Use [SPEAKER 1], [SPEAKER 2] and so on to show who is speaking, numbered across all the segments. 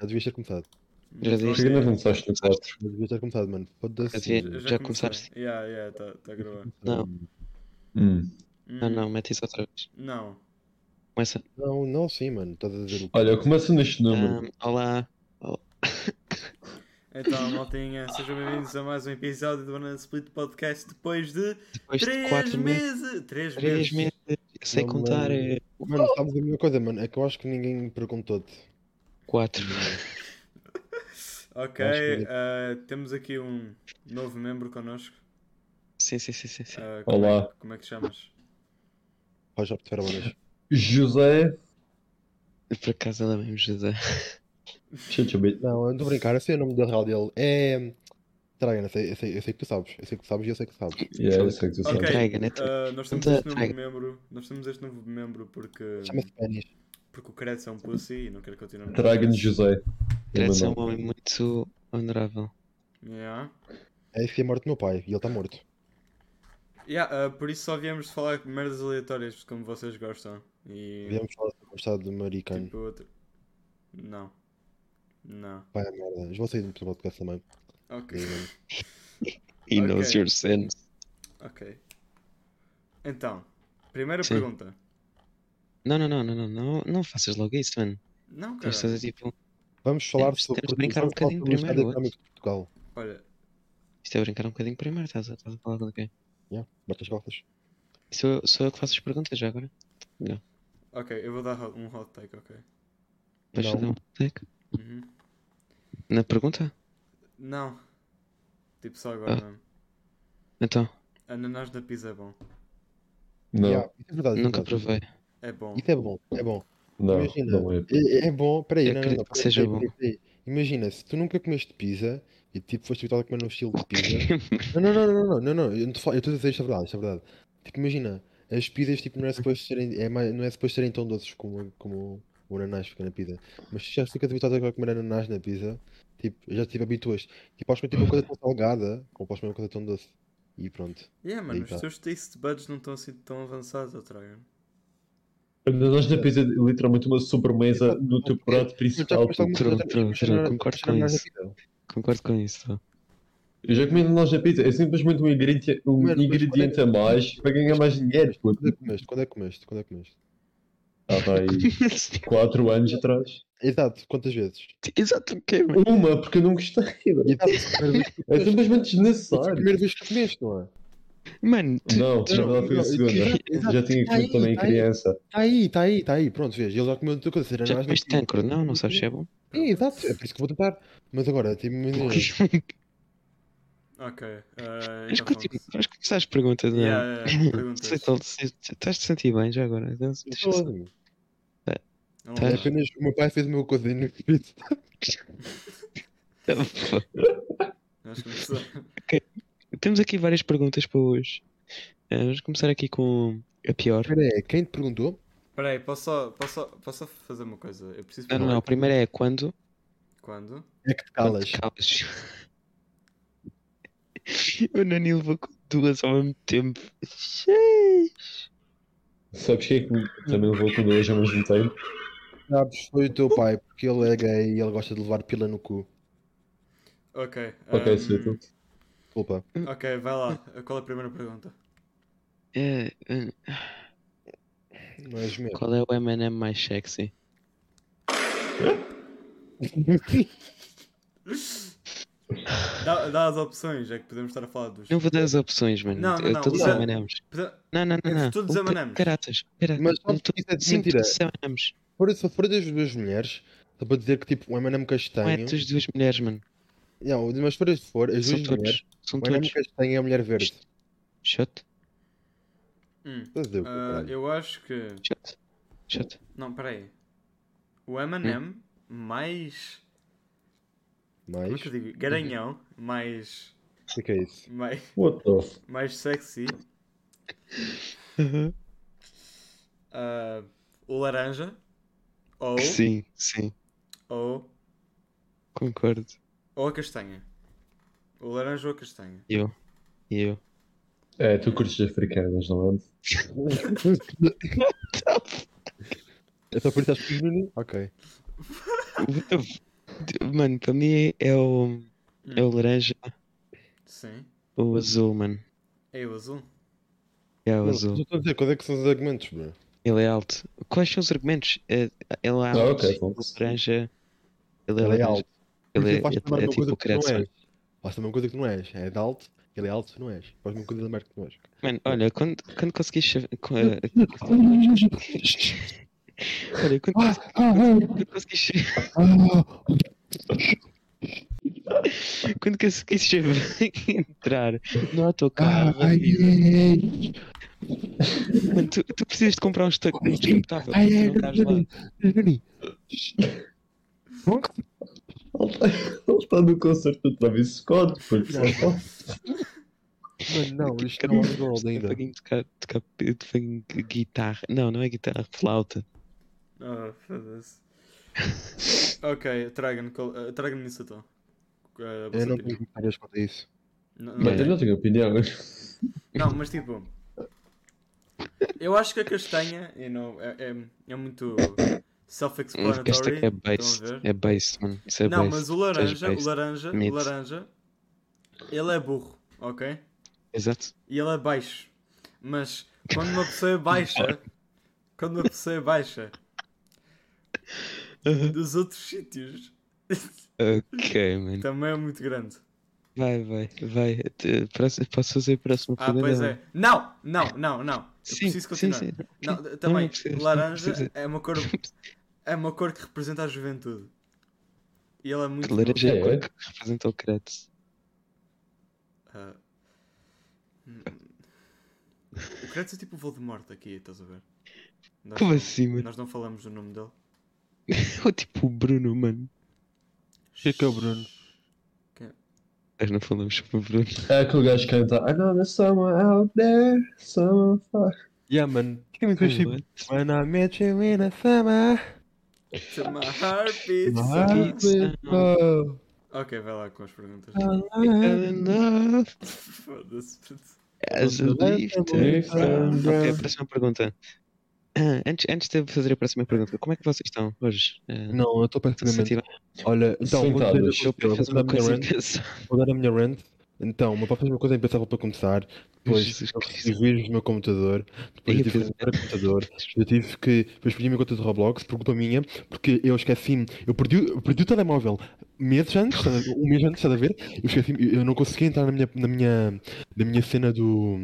[SPEAKER 1] Já devias ter começado.
[SPEAKER 2] Então, Já
[SPEAKER 3] Pronto,
[SPEAKER 2] disse.
[SPEAKER 3] já-
[SPEAKER 4] Porque não começaste no teatro.
[SPEAKER 1] Já devias ter começado, mano. Foda-se.
[SPEAKER 2] Eu devia-
[SPEAKER 3] já
[SPEAKER 2] já
[SPEAKER 3] comecei.
[SPEAKER 2] começaste?
[SPEAKER 3] Yeah, yeah, tá, tá gravando.
[SPEAKER 2] Não,
[SPEAKER 4] Hum.
[SPEAKER 2] não, não, mete isso outra vez.
[SPEAKER 3] Não.
[SPEAKER 2] Começa.
[SPEAKER 1] Não, não, sim, mano. Estás a dizer o
[SPEAKER 4] Olha, começa neste número.
[SPEAKER 2] Ahm, olá.
[SPEAKER 3] Então, maltinha, sejam bem-vindos a mais um episódio do Banana Split Podcast depois de
[SPEAKER 2] Depois de
[SPEAKER 3] 3
[SPEAKER 2] quatro meses.
[SPEAKER 3] meses. 3
[SPEAKER 2] Três
[SPEAKER 3] meses.
[SPEAKER 2] meses. Eu sei
[SPEAKER 1] Não me
[SPEAKER 2] contar. É...
[SPEAKER 1] Mano, sabes a mesma coisa, mano. É que eu acho que ninguém me perguntou-te.
[SPEAKER 2] Quatro.
[SPEAKER 3] Ok,
[SPEAKER 1] Acho
[SPEAKER 2] é
[SPEAKER 1] que-
[SPEAKER 3] ah, temos aqui um novo membro connosco.
[SPEAKER 2] Sim, sim, sim, sim. sim.
[SPEAKER 3] Ah, como,
[SPEAKER 4] Olá.
[SPEAKER 3] como é que te chamas?
[SPEAKER 1] Roger de Fermanas.
[SPEAKER 4] José.
[SPEAKER 2] Por acaso ela é mesmo José.
[SPEAKER 4] Chachubit.
[SPEAKER 1] Não, eu não estou a brincar. Eu sei o nome da real dele. É. Dragon, eu sei, eu, sei, eu sei que tu sabes. Eu sei que tu sabes e eu sei que tu sabes.
[SPEAKER 4] Yeah, eu sei que tu sabes.
[SPEAKER 3] Ok,
[SPEAKER 2] Entrega, né?
[SPEAKER 3] ah, nós temos
[SPEAKER 2] Então,
[SPEAKER 3] este novo
[SPEAKER 2] entrega.
[SPEAKER 3] membro. Nós temos este novo membro porque,
[SPEAKER 1] Chama-se Penis.
[SPEAKER 3] porque o Kretz é um pussy e não quer continuar. no
[SPEAKER 4] Dragon
[SPEAKER 3] podcast.
[SPEAKER 4] José.
[SPEAKER 2] Direto é um
[SPEAKER 4] Não, não.
[SPEAKER 2] homem muito honorável.
[SPEAKER 3] Yeah.
[SPEAKER 1] É esse que é morto do meu pai. E ele está morto.
[SPEAKER 3] Yeah, ah, por isso só viemos falar de merdas aleatórias, como vocês gostam. E
[SPEAKER 1] Viemos falar sobre o estado americano.
[SPEAKER 3] tipo outro. Não. Não.
[SPEAKER 1] Vai a merda. Eu vou sair do podcast também.
[SPEAKER 3] Ok.
[SPEAKER 1] Diga-me.
[SPEAKER 3] Ok.
[SPEAKER 2] He knows your sense.
[SPEAKER 3] Ok. Então, primeira
[SPEAKER 2] Sim.
[SPEAKER 3] pergunta.
[SPEAKER 2] Não, não, não, não, não, não, não faças logo isso, mano.
[SPEAKER 3] Não, cara.
[SPEAKER 2] Tens de fazer tipo.
[SPEAKER 1] Vamos falar
[SPEAKER 2] Temos-
[SPEAKER 1] sobre.
[SPEAKER 2] temos de brincar um
[SPEAKER 1] vamos falar
[SPEAKER 2] bocadinho
[SPEAKER 1] sobre o estado
[SPEAKER 2] primeiro,
[SPEAKER 1] económico de Portugal.
[SPEAKER 3] Olha,
[SPEAKER 2] Isto é brincar um bocadinho primeiro, estás a, estás a falar com quem?
[SPEAKER 1] Yeah, bate as calças.
[SPEAKER 2] Sou, eu- sou eu que faço as perguntas já agora.
[SPEAKER 3] ok, eu vou dar hot- um hot take, ok.
[SPEAKER 2] Vais
[SPEAKER 1] Não.
[SPEAKER 2] fazer um take?
[SPEAKER 3] Uhum.
[SPEAKER 2] Na pergunta?
[SPEAKER 3] Não. Tipo só agora
[SPEAKER 2] Ah.
[SPEAKER 3] mesmo.
[SPEAKER 2] Então,
[SPEAKER 3] Ananás na pizza é bom.
[SPEAKER 4] Não,
[SPEAKER 1] Yeah, isso é verdade, isso é
[SPEAKER 2] nunca
[SPEAKER 1] verdade.
[SPEAKER 2] provei.
[SPEAKER 3] É bom.
[SPEAKER 1] Isso é bom, é bom.
[SPEAKER 4] não,
[SPEAKER 1] Imagina,
[SPEAKER 4] não é.
[SPEAKER 1] é, é bom, peraí,
[SPEAKER 2] Eu
[SPEAKER 1] não, não,
[SPEAKER 2] acredito
[SPEAKER 1] não,
[SPEAKER 2] que seja
[SPEAKER 1] peraí, peraí, peraí. Imagina, se tu nunca comeste pizza e tipo foste habituado a comer num estilo de pizza. não, não, não, não, não, não, não, eu não te falo- eu estou a dizer isto é verdade, isto é verdade. Tipo, imagina, as pizzas tipo, não é suposto serem, é mais- não é suposto serem tão doces como, como o ananás fica na pizza. Mas se já ficas habituado a comer ananás na pizza, tipo, já te habituas. Tipo, podes comer tipo, uma coisa tão salgada, ou podes comer uma coisa tão doce. E pronto.
[SPEAKER 3] Yeah, mano,
[SPEAKER 1] Aí
[SPEAKER 3] os
[SPEAKER 1] tá.
[SPEAKER 3] teus taste buds não estão assim tão avançados, ó Dragon.
[SPEAKER 4] Nós na pizza literalmente uma sobremesa
[SPEAKER 1] Então,
[SPEAKER 4] no teu prato
[SPEAKER 1] Mas já
[SPEAKER 4] principal.
[SPEAKER 1] comeste alguma
[SPEAKER 4] tipo.
[SPEAKER 1] coisa
[SPEAKER 2] True,
[SPEAKER 1] tão-
[SPEAKER 2] true, true,
[SPEAKER 1] ananás-
[SPEAKER 2] concordo com
[SPEAKER 1] ananás na
[SPEAKER 2] isso.
[SPEAKER 1] pizza?
[SPEAKER 2] Concordo com isso.
[SPEAKER 4] Eu já comi nós na pizza. É simplesmente um ingrediente, um
[SPEAKER 1] Mano, mas
[SPEAKER 4] ingrediente a mais para ganhar mais dinheiro. tipo,
[SPEAKER 1] Quando é
[SPEAKER 4] puto.
[SPEAKER 1] que comeste? Quando é que comeste? Quando é que comeste?
[SPEAKER 4] Ah, vai. 4 anos atrás.
[SPEAKER 1] Exato, quantas vezes?
[SPEAKER 2] Exato o quê, mano?
[SPEAKER 4] Uma, porque eu não gostei. mano.
[SPEAKER 1] Exato, a tá primeira vez que
[SPEAKER 4] É
[SPEAKER 1] comeste.
[SPEAKER 4] simplesmente
[SPEAKER 1] Foi a
[SPEAKER 4] desnecessário.
[SPEAKER 1] primeira vez que comeste, não é?
[SPEAKER 2] Mano, tu-
[SPEAKER 4] Não,
[SPEAKER 2] tu-
[SPEAKER 4] na verdade foi a
[SPEAKER 1] Não,
[SPEAKER 4] segunda.
[SPEAKER 1] exato, exato.
[SPEAKER 4] Já tinha
[SPEAKER 1] Tá aí,
[SPEAKER 4] comido também
[SPEAKER 1] tá aí.
[SPEAKER 4] criança.
[SPEAKER 1] Está aí, está aí, está aí. Pronto, vês, ele já comeu outra coisa.
[SPEAKER 2] já
[SPEAKER 1] ananás na
[SPEAKER 2] comeste
[SPEAKER 1] pizza.
[SPEAKER 2] cancro? Não, não sabes se é bom.
[SPEAKER 1] Sim, exato, é por isso que vou tentar. Mas agora, tipo, imagina,
[SPEAKER 3] Ok.
[SPEAKER 2] É
[SPEAKER 3] Uh,
[SPEAKER 2] Mas
[SPEAKER 3] então
[SPEAKER 2] continua,
[SPEAKER 3] vamos.
[SPEAKER 2] vamos começar as perguntas, não é?
[SPEAKER 3] Yeah, yeah, perguntas.
[SPEAKER 2] Sei, tal- sei- Estás te sentir bem já agora? Então,
[SPEAKER 1] não
[SPEAKER 2] deixa-
[SPEAKER 1] sou ótimo. É
[SPEAKER 3] Não,
[SPEAKER 2] Tá.
[SPEAKER 1] apenas o meu pai fez uma coisa e não acredito.
[SPEAKER 3] Vamos começar.
[SPEAKER 2] Temos aqui várias perguntas para hoje. Eh, Vamos começar aqui com a pior.
[SPEAKER 1] Espera aí, quem te perguntou?
[SPEAKER 3] Espera aí, posso só, posso, só- posso só fazer uma coisa? Eu preciso
[SPEAKER 2] Não, não,
[SPEAKER 3] falar
[SPEAKER 2] não. A primeira é quando.
[SPEAKER 3] Quando?
[SPEAKER 1] É que te
[SPEAKER 2] quando
[SPEAKER 1] calas.
[SPEAKER 2] te calas. O Nani levou com duas ao mesmo tempo.
[SPEAKER 4] Sabes quem é que também levou tudo hoje ao mesmo tempo?
[SPEAKER 1] Sabes, foi o teu pai, porque ele é gay e ele gosta de levar pila no cu.
[SPEAKER 3] Ok.
[SPEAKER 4] Ok, então.
[SPEAKER 3] ahm,
[SPEAKER 4] sei tu.
[SPEAKER 1] Desculpa.
[SPEAKER 3] Ok, vai lá. Qual é a primeira pergunta?
[SPEAKER 2] Eh, eh,
[SPEAKER 1] Não és mesmo.
[SPEAKER 2] Qual é o M&M mais sexy?
[SPEAKER 3] Dá, dá as opções, é que podemos estar a falar dos.
[SPEAKER 2] Não vou dar as opções, mano.
[SPEAKER 3] Não, não,
[SPEAKER 2] Eu
[SPEAKER 3] não,
[SPEAKER 2] Todos
[SPEAKER 1] não.
[SPEAKER 2] M&M's.
[SPEAKER 3] Pode-
[SPEAKER 2] Não, não, não,
[SPEAKER 3] Entre
[SPEAKER 2] não.
[SPEAKER 3] todos
[SPEAKER 2] Um ca-
[SPEAKER 3] M&Ms.
[SPEAKER 2] Caratas, caratas.
[SPEAKER 1] Mas sabes
[SPEAKER 2] Tu-
[SPEAKER 1] que isso é de
[SPEAKER 2] Sim,
[SPEAKER 1] mentira.
[SPEAKER 2] todos M&Ms.
[SPEAKER 1] Fora- Se for das duas mulheres, só para dizer que tipo, o M&M
[SPEAKER 2] Não é
[SPEAKER 1] castanho...
[SPEAKER 2] das duas mulheres, mano.
[SPEAKER 1] Não, mas fora se for, as
[SPEAKER 2] São
[SPEAKER 1] duas mulheres,
[SPEAKER 2] todos. São
[SPEAKER 1] o M&M
[SPEAKER 2] todos.
[SPEAKER 1] castanho é a mulher verde.
[SPEAKER 2] Shot,
[SPEAKER 3] Hum,
[SPEAKER 1] Estás a dizer o quê,
[SPEAKER 3] ah,
[SPEAKER 1] caralho?
[SPEAKER 3] eu acho que.
[SPEAKER 2] shot, shot.
[SPEAKER 3] Não, peraí. O MM mais. Como é
[SPEAKER 1] Mas,
[SPEAKER 3] que eu digo? Garanhão mais.
[SPEAKER 1] o que é que é isso?
[SPEAKER 3] mais,
[SPEAKER 4] What the f...
[SPEAKER 3] mais sexy. ah, o laranja. Ou.
[SPEAKER 2] Sim, sim.
[SPEAKER 3] Ou.
[SPEAKER 2] Concordo.
[SPEAKER 3] Ou a castanha. O laranja ou a castanha.
[SPEAKER 2] E Eu. E Eu.
[SPEAKER 4] É, tu curtes africanas, não é?
[SPEAKER 1] É só por isso que estás pequenino? Ok.
[SPEAKER 2] What the f- Mano, para mim é o, é o laranja,
[SPEAKER 3] Sim.
[SPEAKER 2] o azul, mano.
[SPEAKER 3] É o azul.
[SPEAKER 2] É o
[SPEAKER 1] Mano,
[SPEAKER 2] azul.
[SPEAKER 1] eu estou a dizer, quais é que são os argumentos, bro?
[SPEAKER 2] Ele é alto. Quais são os argumentos? É, Ele é
[SPEAKER 4] Ah,
[SPEAKER 2] alto,
[SPEAKER 4] ok,
[SPEAKER 2] ele é
[SPEAKER 4] foda-se.
[SPEAKER 2] laranja, ele é
[SPEAKER 1] Ele é
[SPEAKER 2] laranja.
[SPEAKER 1] alto.
[SPEAKER 2] Ele
[SPEAKER 1] Porque
[SPEAKER 2] é,
[SPEAKER 1] faz-te lembrar
[SPEAKER 2] é, é
[SPEAKER 1] de uma
[SPEAKER 2] tipo
[SPEAKER 1] coisa
[SPEAKER 2] o
[SPEAKER 1] que tu
[SPEAKER 2] Kretz,
[SPEAKER 1] não
[SPEAKER 2] mano.
[SPEAKER 1] és. Faz-te uma coisa que tu não és. É de alto, ele é alto, tu não és. Faz-me uma coisa de merda que tu não és.
[SPEAKER 2] Mano, olha, quando, quando conseguis. cha- co- eh, olha, quando,
[SPEAKER 1] Ah,
[SPEAKER 2] cons-
[SPEAKER 1] é
[SPEAKER 2] quando conseguis. quando conseguis cha- entrar é no
[SPEAKER 1] Ah,
[SPEAKER 2] autocarro. Mano, tu, tu precisas de comprar um estado desconfortável. não estás lá.
[SPEAKER 4] Ele está no concerto do Travis Scott, por favor.
[SPEAKER 1] Mano, não, isto
[SPEAKER 2] Cada
[SPEAKER 1] não é
[SPEAKER 2] vez
[SPEAKER 1] um gold
[SPEAKER 2] que
[SPEAKER 1] ainda.
[SPEAKER 2] alguém tocar, tocar, tocar guitarra. Não, não é guitarra, flauta.
[SPEAKER 3] Ah, foda-se. ok, traga-me qual- eh, traga-me isso então. Eh, a vossa
[SPEAKER 1] Eu não
[SPEAKER 3] opinião.
[SPEAKER 1] tenho comentários quanto a isso.
[SPEAKER 3] Não- não
[SPEAKER 4] Mas eu
[SPEAKER 3] tem.
[SPEAKER 4] não tenho opinião.
[SPEAKER 3] Não, mas tipo. Eu acho que a castanha, you know, é, é, é muito
[SPEAKER 2] Hum, Esta
[SPEAKER 3] self-explanatory.
[SPEAKER 2] aqui é
[SPEAKER 3] estão a
[SPEAKER 2] based.
[SPEAKER 3] ver?
[SPEAKER 2] É based, mano. Isso é
[SPEAKER 3] não,
[SPEAKER 2] based.
[SPEAKER 3] mas o laranja,
[SPEAKER 2] Seja
[SPEAKER 3] o
[SPEAKER 2] based.
[SPEAKER 3] laranja,
[SPEAKER 2] Mid.
[SPEAKER 3] o laranja, ele é burro, ok?
[SPEAKER 2] Exato.
[SPEAKER 3] E ele é baixo. Mas quando uma pessoa é baixa, quando uma pessoa é baixa dos outros sítios,
[SPEAKER 2] Ok, mano.
[SPEAKER 3] também é muito grande.
[SPEAKER 2] Vai, vai, vai. Te- próximo- Posso fazer a próxima
[SPEAKER 3] Ah, pois é. Não, não, não, não. Eu
[SPEAKER 2] Sim,
[SPEAKER 3] preciso continuar.
[SPEAKER 2] sim, sim.
[SPEAKER 3] Não,
[SPEAKER 2] Não,
[SPEAKER 3] também,
[SPEAKER 2] não precisa, não
[SPEAKER 3] laranja
[SPEAKER 2] precisa.
[SPEAKER 3] é uma cor é uma cor que representa a juventude. E ele é muito
[SPEAKER 2] Que laranja é a
[SPEAKER 4] É,
[SPEAKER 2] cor
[SPEAKER 4] é.
[SPEAKER 2] que representa o Kretz.
[SPEAKER 3] Ah. Hum. O Kratos é tipo o Voldemort aqui, estás a ver? Nós
[SPEAKER 2] Como
[SPEAKER 3] não-
[SPEAKER 2] assim, mano?
[SPEAKER 3] Nós não falamos do nome dele.
[SPEAKER 2] Ou tipo o Bruno, mano.
[SPEAKER 1] que é que é o Bruno?
[SPEAKER 2] Nós não falamos sobre o Bruno.
[SPEAKER 4] É aquele gajo que canta I know there's someone out there, someone far.
[SPEAKER 1] Yeah, mano. Que é muito mais tipo.
[SPEAKER 2] What?
[SPEAKER 1] When I met you in the summer.
[SPEAKER 3] To my heartbeat.
[SPEAKER 1] My
[SPEAKER 3] so-
[SPEAKER 2] heartbeat.
[SPEAKER 1] heartbeat, oh,
[SPEAKER 3] Ok, vai lá com as perguntas.
[SPEAKER 2] Ah.
[SPEAKER 1] I love
[SPEAKER 2] é Enough
[SPEAKER 3] Foda-se. puto.
[SPEAKER 2] as a
[SPEAKER 1] é
[SPEAKER 2] lifter.
[SPEAKER 4] If I'm
[SPEAKER 2] Ok, a
[SPEAKER 4] brown.
[SPEAKER 2] próxima pergunta. Ah, antes, antes de eu fazer a próxima pergunta, como é que vocês estão hoje? Ah,
[SPEAKER 1] Não, eu estou perfeitamente.
[SPEAKER 2] sensitiva?
[SPEAKER 1] Olha, então, vou dizer,
[SPEAKER 4] Sentados.
[SPEAKER 2] Deixa eu
[SPEAKER 1] vou
[SPEAKER 2] fazer
[SPEAKER 1] dar a
[SPEAKER 2] uma
[SPEAKER 1] minha
[SPEAKER 2] coisa
[SPEAKER 1] rant.
[SPEAKER 2] engraçada.
[SPEAKER 1] Vou dar a minha rant. Então, o meu pai fez uma coisa impensável para começar. Depois,
[SPEAKER 2] Jesus
[SPEAKER 1] eu
[SPEAKER 2] Cristo.
[SPEAKER 1] recebi vírus no meu computador. Depois,
[SPEAKER 2] Ia
[SPEAKER 1] eu tive que
[SPEAKER 2] fazer-
[SPEAKER 1] comprar o computador. Eu tive que. Depois, perdi a minha conta de Roblox por culpa minha, porque eu esqueci-me. Eu perdi, o- eu perdi o telemóvel meses antes, estás a- um mês antes, estás a ver? Eu esqueci Eu não consegui entrar na minha, na minha, na minha cena do.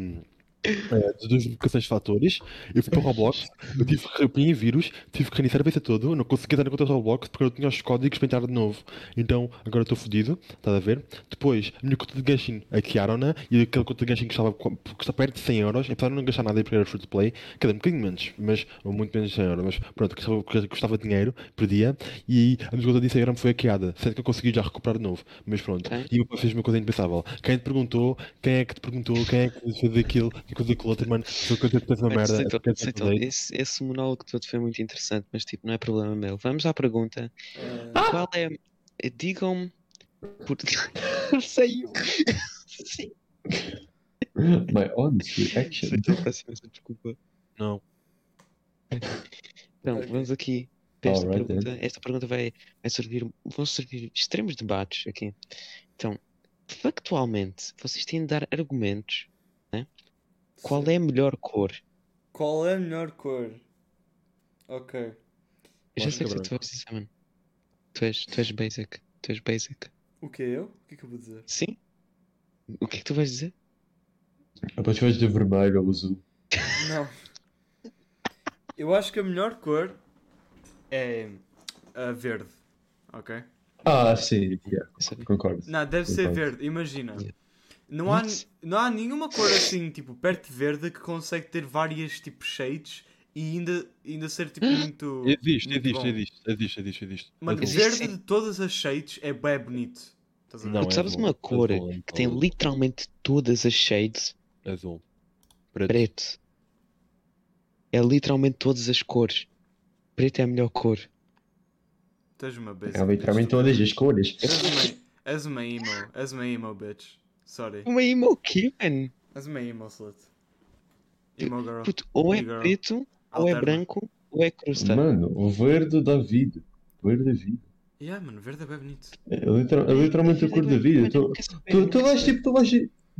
[SPEAKER 1] eh, de duas vocações de fatores, eu fui para o Roblox, eu tive que reprimir vírus, tive que reiniciar a PC todo, eu não consegui entrar na conta do Roblox porque eu não tinha os códigos para entrar de novo. Então agora eu estou fodido, estás a ver? Depois, a minha conta de Genshin hackearam-na e aquela conta de Genshin que estava, co- que está perto de 100 euros, apesar de eu não gastar nada porque era free to play, quer dizer, um bocadinho menos, mas ou muito menos de 100 euros, mas pronto, custava, custava dinheiro, perdia, e aí a minha conta de Instagram foi hackeada, sendo que eu consegui já recuperar de novo, mas pronto.
[SPEAKER 2] Ok.
[SPEAKER 1] E o meu pai fez uma coisa impensável. Quem te perguntou, quem é que te perguntou, quem é que fez aquilo, quem fez aquilo outro, mano, foi coisa que fez uma
[SPEAKER 2] Mano,
[SPEAKER 1] merda.
[SPEAKER 2] sei
[SPEAKER 1] é
[SPEAKER 2] todo,
[SPEAKER 1] coisa que
[SPEAKER 2] sei
[SPEAKER 1] eu
[SPEAKER 2] todo.
[SPEAKER 1] odeio.
[SPEAKER 2] Esse, esse monólogo todo foi muito interessante, mas tipo, não é problema meu. Vamos à pergunta.
[SPEAKER 3] Eh,
[SPEAKER 1] Ah!
[SPEAKER 2] Qual é. Digam-me. Por... Saiu! Sim,
[SPEAKER 4] My honest reaction.
[SPEAKER 2] sei todo, peço imensa desculpa.
[SPEAKER 1] Não.
[SPEAKER 2] Então,
[SPEAKER 3] Ok.
[SPEAKER 2] vamos aqui para esta
[SPEAKER 4] Alright,
[SPEAKER 2] pergunta. Esta pergunta vai, vai servir, vão servir extremos debates aqui. Então, factualmente, vocês têm de dar argumentos. Né? Qual é a melhor cor?
[SPEAKER 3] Qual é a melhor cor? Ok.
[SPEAKER 2] Eu já
[SPEAKER 1] Acho
[SPEAKER 2] sei
[SPEAKER 1] que
[SPEAKER 2] que
[SPEAKER 1] é
[SPEAKER 2] tu vais dizer, mano. Tu és, tu és basic. Tu és basic.
[SPEAKER 3] O que é eu? O que é que eu vou dizer?
[SPEAKER 2] Sim? O que é que tu vais dizer?
[SPEAKER 4] Depois vais de vermelho ou azul.
[SPEAKER 3] Não. Eu acho que a melhor cor é a verde. Ok?
[SPEAKER 4] Ah, sim, yeah,
[SPEAKER 2] Eu sabia.
[SPEAKER 4] concordo.
[SPEAKER 3] Não, deve ser
[SPEAKER 4] Concordo.
[SPEAKER 3] verde, imagina.
[SPEAKER 2] Yeah.
[SPEAKER 3] Não há,
[SPEAKER 2] Mas-
[SPEAKER 3] não há nenhuma cor assim, tipo, perto de verde que consegue ter várias, tipo, shades e ainda, ainda ser, tipo,
[SPEAKER 4] Hum?
[SPEAKER 3] muito.
[SPEAKER 1] Existe,
[SPEAKER 3] muito bom.
[SPEAKER 1] existe, existe, existe, existe, existe.
[SPEAKER 3] Mano,
[SPEAKER 2] Existe,
[SPEAKER 3] verde
[SPEAKER 2] sim.
[SPEAKER 3] de todas as shades é bem bonito. Estás a ver?
[SPEAKER 1] Não, é
[SPEAKER 2] Tu sabes
[SPEAKER 1] azul,
[SPEAKER 2] uma cor
[SPEAKER 1] azul,
[SPEAKER 2] que tem
[SPEAKER 1] azul. é
[SPEAKER 2] literalmente todas as shades
[SPEAKER 1] Azul. Preto.
[SPEAKER 2] preto. É literalmente todas as cores. Preto é a melhor cor.
[SPEAKER 3] Tens uma basic.
[SPEAKER 4] É literalmente todas as cores.
[SPEAKER 3] És uma, és uma emo, és uma emo, bitch. Sorry.
[SPEAKER 2] Uma emo o quê, mano?
[SPEAKER 3] És uma emo, slut. Emo girl.
[SPEAKER 2] Puto, ou é
[SPEAKER 3] Negro.
[SPEAKER 2] preto, ou é
[SPEAKER 3] Alterna.
[SPEAKER 2] branco, ou é crustáceo.
[SPEAKER 4] Mano, o verde da vida. Verde da vida.
[SPEAKER 3] Yeah, mano, verde é bem bonito.
[SPEAKER 4] É, é literal- é literalmente a cor da vida. Tu, tu, tu vais tipo, tu vais.